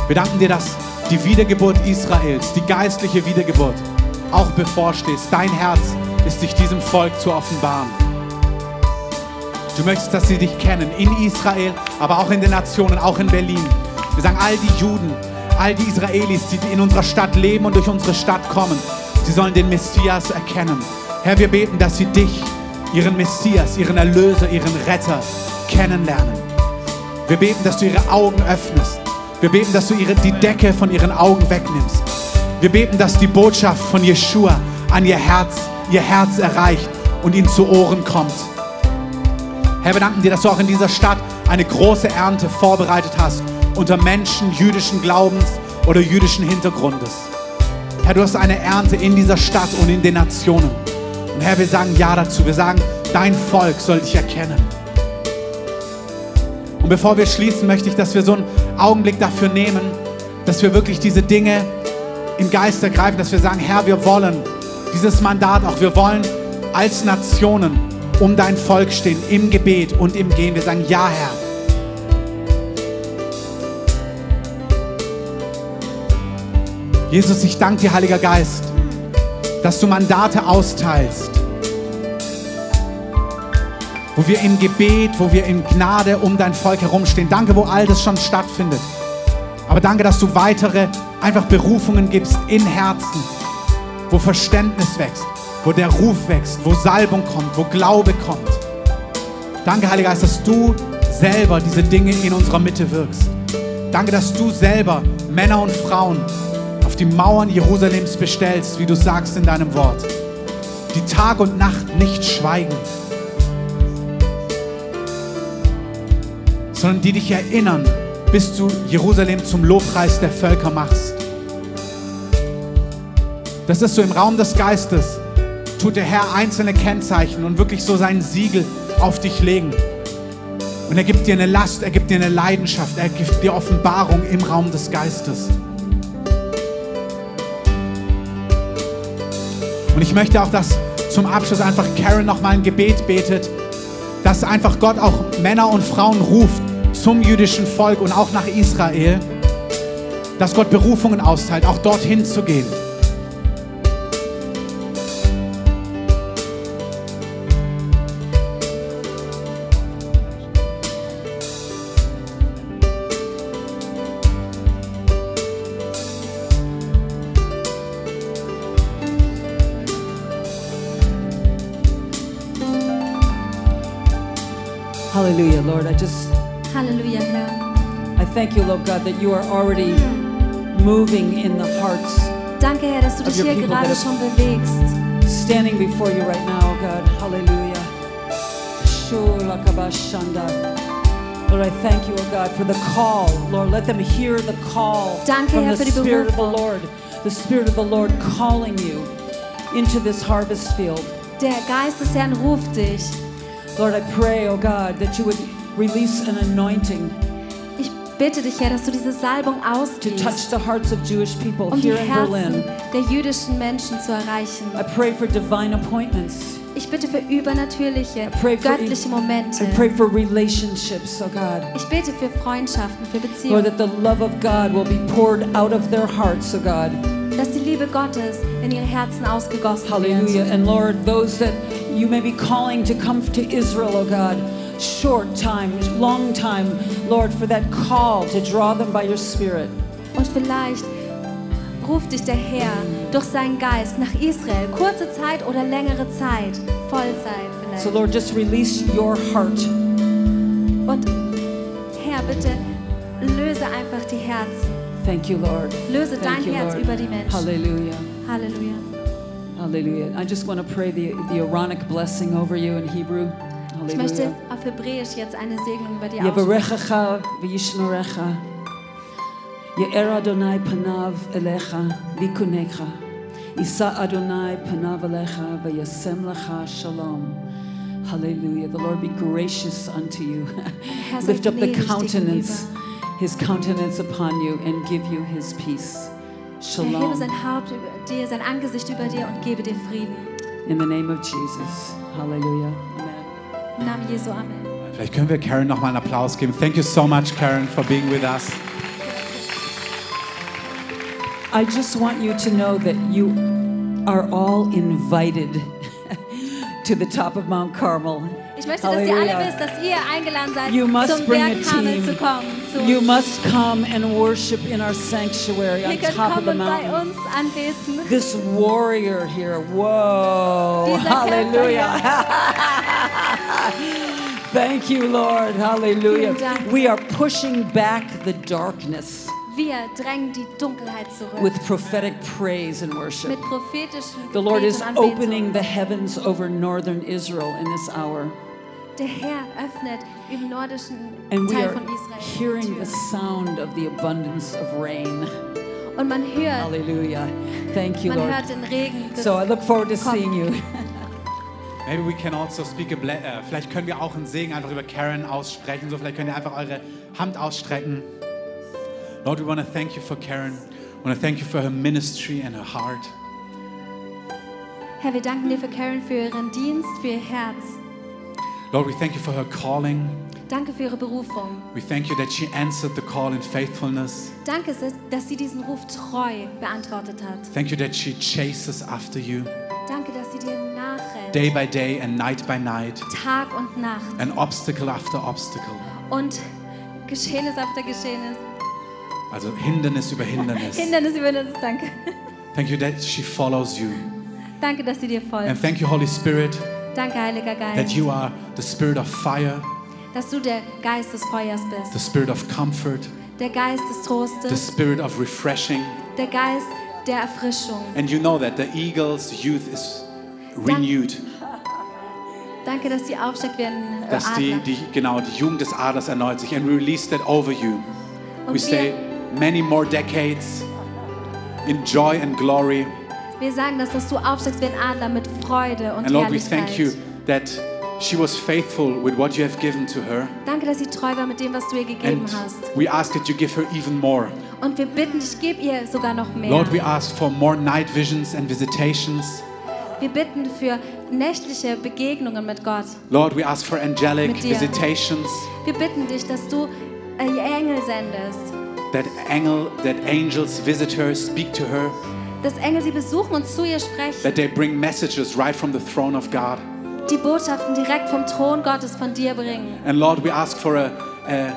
Wir danken dir, dass die Wiedergeburt Israels, die geistliche Wiedergeburt, auch bevorsteht. Dein Herz ist dich diesem Volk zu offenbaren. Du möchtest, dass sie dich kennen, in Israel, aber auch in den Nationen, auch in Berlin. Wir sagen, all die Juden, all die Israelis, die in unserer Stadt leben und durch unsere Stadt kommen, sie sollen den Messias erkennen. Herr, wir beten, dass sie dich, ihren Messias, ihren Erlöser, ihren Retter kennenlernen. Wir beten, dass du ihre Augen öffnest. Wir beten, dass du ihre, die Decke von ihren Augen wegnimmst. Wir beten, dass die Botschaft von Jeshua an ihr Herz, ihr Herz erreicht und ihnen zu Ohren kommt. Herr, wir danken dir, dass du auch in dieser Stadt eine große Ernte vorbereitet hast unter Menschen jüdischen Glaubens oder jüdischen Hintergrundes. Herr, du hast eine Ernte in dieser Stadt und in den Nationen. Und Herr, wir sagen Ja dazu. Wir sagen, dein Volk soll dich erkennen. Und bevor wir schließen, möchte ich, dass wir so einen Augenblick dafür nehmen, dass wir wirklich diese Dinge im Geist ergreifen, dass wir sagen, Herr, wir wollen dieses Mandat auch, wir wollen als Nationen um dein Volk stehen, im Gebet und im Gehen. Wir sagen, ja, Herr. Jesus, ich danke dir, Heiliger Geist, dass du Mandate austeilst, wo wir im Gebet, wo wir in Gnade um dein Volk herumstehen. Danke, wo all das schon stattfindet. Aber danke, dass du weitere einfach Berufungen gibst in Herzen, wo Verständnis wächst, wo der Ruf wächst, wo Salbung kommt, wo Glaube kommt. Danke, Heiliger Geist, dass du selber diese Dinge in unserer Mitte wirkst. Danke, dass du selber Männer und Frauen auf die Mauern Jerusalems bestellst, wie du sagst in deinem Wort, die Tag und Nacht nicht schweigen, sondern die dich erinnern, bis du Jerusalem zum Lobpreis der Völker machst. Das ist so im Raum des Geistes, tut der Herr einzelne Kennzeichen und wirklich so sein Siegel auf dich legen. Und er gibt dir eine Last, er gibt dir eine Leidenschaft, er gibt dir Offenbarung im Raum des Geistes. Und ich möchte auch, dass zum Abschluss einfach Karen nochmal ein Gebet betet, dass einfach Gott auch Männer und Frauen ruft zum jüdischen Volk und auch nach Israel, dass Gott Berufungen austeilt, auch dorthin zu gehen.
Hallelujah, Lord. I just
Halleluja, Herr.
I thank you, Lord God, that you are already moving in the hearts,
Danke, Herr, dass du dich
Of your
hier
people
gerade
that
schon bewegst.
standing before you right now, oh God. Hallelujah. Shulakabashanda. Lord, I thank you, oh God, for the call. Lord, let them hear the call
Danke,
from
Herr,
the
für die
Spirit of the
Berufung.
Lord. The Spirit of the Lord calling you into this harvest field.
Der Geist des Herrn ruft dich.
Lord, I pray, oh God, that you would release an anointing
Ich bitte dich, Herr, dass du diese Salbung
to touch
ausgießt,
the hearts of Jewish people
um die
here in
Herzen
Berlin.
der jüdischen Menschen zu erreichen.
I pray for divine appointments.
Ich bitte für übernatürliche,
Pray for e-
göttliche Momente.
I pray for relationships, oh God.
Ich bete für Freundschaften, für
Lord,
Beziehungen,
that the love of God will be poured out of their hearts, oh God.
dass die Liebe Gottes in ihre Herzen ausgegossen
Hallelujah.
wird.
And Lord, those that you may be calling to come to Israel, oh God, short time, long time, Lord, for that call to draw them by your Spirit.
Und vielleicht ruft dich der Herr durch seinen Geist nach Israel, kurze Zeit oder längere Zeit, Vollzeit vielleicht.
So, Lord, just release your heart.
Und Herr, bitte löse einfach die Herzen.
Thank you, Lord.
Löse dein
Thank you,
Herz
Lord.
über die Menschen.
Hallelujah.
Halleluja.
Hallelujah. I just want to pray the, the Aaronic blessing over you in Hebrew.
Ich möchte
Hallelujah.
auf Hebräisch jetzt eine Segnung über dir aussprechen.
Yevarechecha v'yishmerecha. Ye'er Adonai panav elecha v'ikunecha. Yisa Adonai panav elecha v'yasem lecha shalom. Hallelujah. The Lord be gracious unto you.
Herr sei
Lift up the
gnädig dir
countenance, his countenance upon you and give you his peace.
Erhebe
Shalom.
sein Haupt über dir, sein Angesicht über dir und gebe dir Frieden.
In the name of Jesus. Hallelujah. Amen.
Im Namen Jesu, Amen.
Vielleicht können wir Karen nochmal einen Applaus geben. Thank you so much, Karen, for being with us.
I just want you to know that you are all invited to the top of Mount Carmel.
Ich möchte, dass ihr alle
Halleluja.
wisst, dass ihr eingeladen seid,
You must
zum
bring a
Berg Kamel
team.
zu kommen. Zu
You must come and worship in our sanctuary on
ihr könnt
top of
kommen
the
und bei
mountain.
uns anbeten.
This warrior here, whoa,
Dieser Kämpfer
hallelujah. Thank you, Lord, hallelujah.
Vielen Dank.
We are pushing back the darkness
Wir drängen die Dunkelheit zurück
with prophetic praise and worship.
mit prophetischen
The Lord
Gebet
is
und Anbetung.
opening the heavens over northern Israel in this hour.
Der Herr öffnet im nordischen
And we
Teil
are
von Israel die
hearing the
Tür.
sound of the abundance of rain.
Und man hört,
Hallelujah. Thank you,
man
Lord.
hört den Regen. des-
So I look forward to
Komm.
seeing you.
Maybe we can also speak a ble äh, vielleicht können wir auch einen Segen einfach über Karen aussprechen. So vielleicht könnt ihr einfach eure Hand ausstrecken. Lord, we want to thank you for Karen. We want to thank you for her ministry and her heart.
Herr, wir danken dir für Karen, für ihren Dienst, für ihr Herz.
Lord, we thank you for her calling.
Danke für ihre Berufung.
We thank you that she answered the call in faithfulness.
Danke, dass sie diesen Ruf treu beantwortet hat.
Thank you that she chases after you
Danke, dass sie dir nachrennt,
day by day and night by night,
Tag und Nacht
and obstacle after obstacle.
und Geschehnis auf der Geschehnis.
Also Hindernis über Hindernis.
Hindernis über Hindernis, danke.
Thank you that she follows you.
Danke, dass sie dir
And
folgt.
thank you, Holy Spirit,
Danke, Heiliger Geist,
that you are the spirit of fire,
dass du der Geist des Feuers bist,
the spirit of comfort,
der Geist des
the
Trostes,
spirit of refreshing.
der Geist der Erfrischung.
And you know that the eagle's youth is renewed,
Danke, dass sie aufsteigt wie ein äh,
dass die,
Adler.
die, genau, die Jugend des Adlers erneut sich. And we release that over you. We
Und
say,
wir,
many more decades in joy and glory.
wir sagen das, dass du aufsteigst wie ein Adler mit Freude und
And Lord, we thank you
Herrlichkeit.
that she was faithful with what you have given to her.
Danke, dass sie treu war mit dem, was du ihr gegeben
And
hast.
we ask that you give her even more.
Und wir bitten dich, gib ihr sogar noch mehr.
Lord, we ask for more night visions and visitations.
wir bitten für nächtliche Begegnungen mit Gott.
Lord, we ask for angelic
Mit dir.
visitations,
Wir bitten dich, dass du äh, ihr Engel sendest,
that angel, that angels visit her, speak to her,
dass Engel sie besuchen und zu ihr sprechen,
that they bring messages right from the throne of God.
die Botschaften direkt vom Thron Gottes von dir bringen.
And Lord, we ask for a, a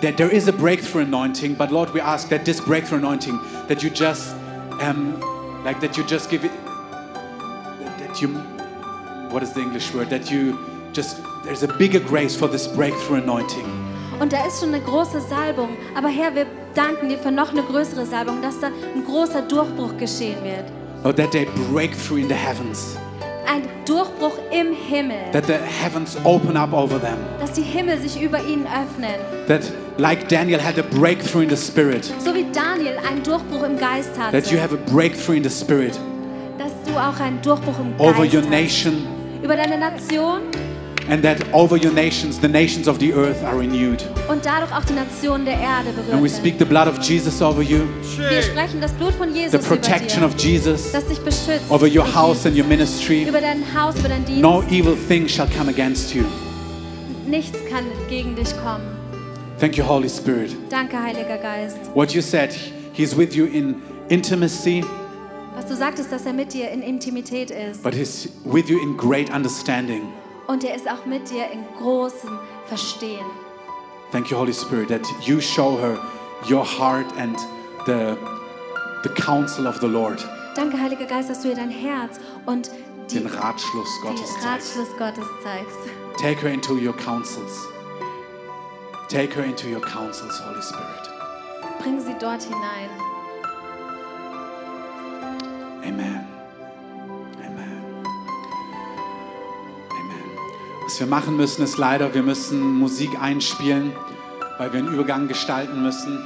that there is a breakthrough anointing, but Lord, we ask that this breakthrough anointing, that you just, um, like that you just give it, that you, what is the English word? That you just, there's a bigger grace for this breakthrough anointing.
Und da ist schon eine große Salbung. Aber Herr, wir danken dir für noch eine größere Salbung, dass da ein großer Durchbruch geschehen wird.
Lord, Oh, that they break through in the heavens,
Ein Durchbruch im Himmel.
that the heavens open up over them.
Dass die Himmel sich über ihnen öffnen.
that like Daniel had a breakthrough in the spirit,
So wie Daniel einen Durchbruch im Geist hatte.
that you have a breakthrough in the spirit
dass du auch einen Durchbruch im Geist
over your
hast.
nation,
über deine Nation
and that over your nations, the nations of the earth are renewed.
und dadurch auch die Nationen der Erde berührt.
And we speak the blood of Jesus over you,
Wir sprechen das Blut von Jesus
the protection
über
of
dir,
Jesus
das dich beschützt.
over your house and your ministry.
über dein Haus, über dein Dienst.
No evil thing shall come against you.
Nichts kann gegen dich kommen.
Thank you, Holy Spirit.
Danke, Heiliger Geist.
What you said, He's with you in intimacy,
Was du sagtest, dass er mit dir in Intimität ist.
but He's with you in great understanding.
Und er ist auch mit dir in großem Verstehen.
Thank you, Holy Spirit, that you show her your heart and the, the counsel of the Lord,
Danke, Heiliger Geist, dass du ihr dein Herz und die,
den Ratschluss Gottes
die
zeigst.
Ratschluss Gottes zeigst.
Take her into your counsels. Take her into your counsels, Holy Spirit.
Bring sie dort hinein.
Amen. Amen. Amen. Was wir machen müssen, ist leider, wir müssen Musik einspielen, weil wir einen Übergang gestalten müssen.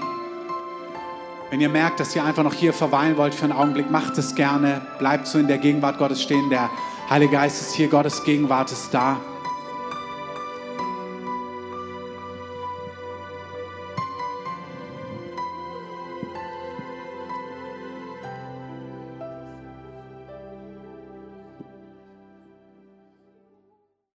Wenn ihr merkt, dass ihr einfach noch hier verweilen wollt für einen Augenblick, macht es gerne. Bleibt so in der Gegenwart Gottes stehen. Der Heilige Geist ist hier, Gottes Gegenwart ist da.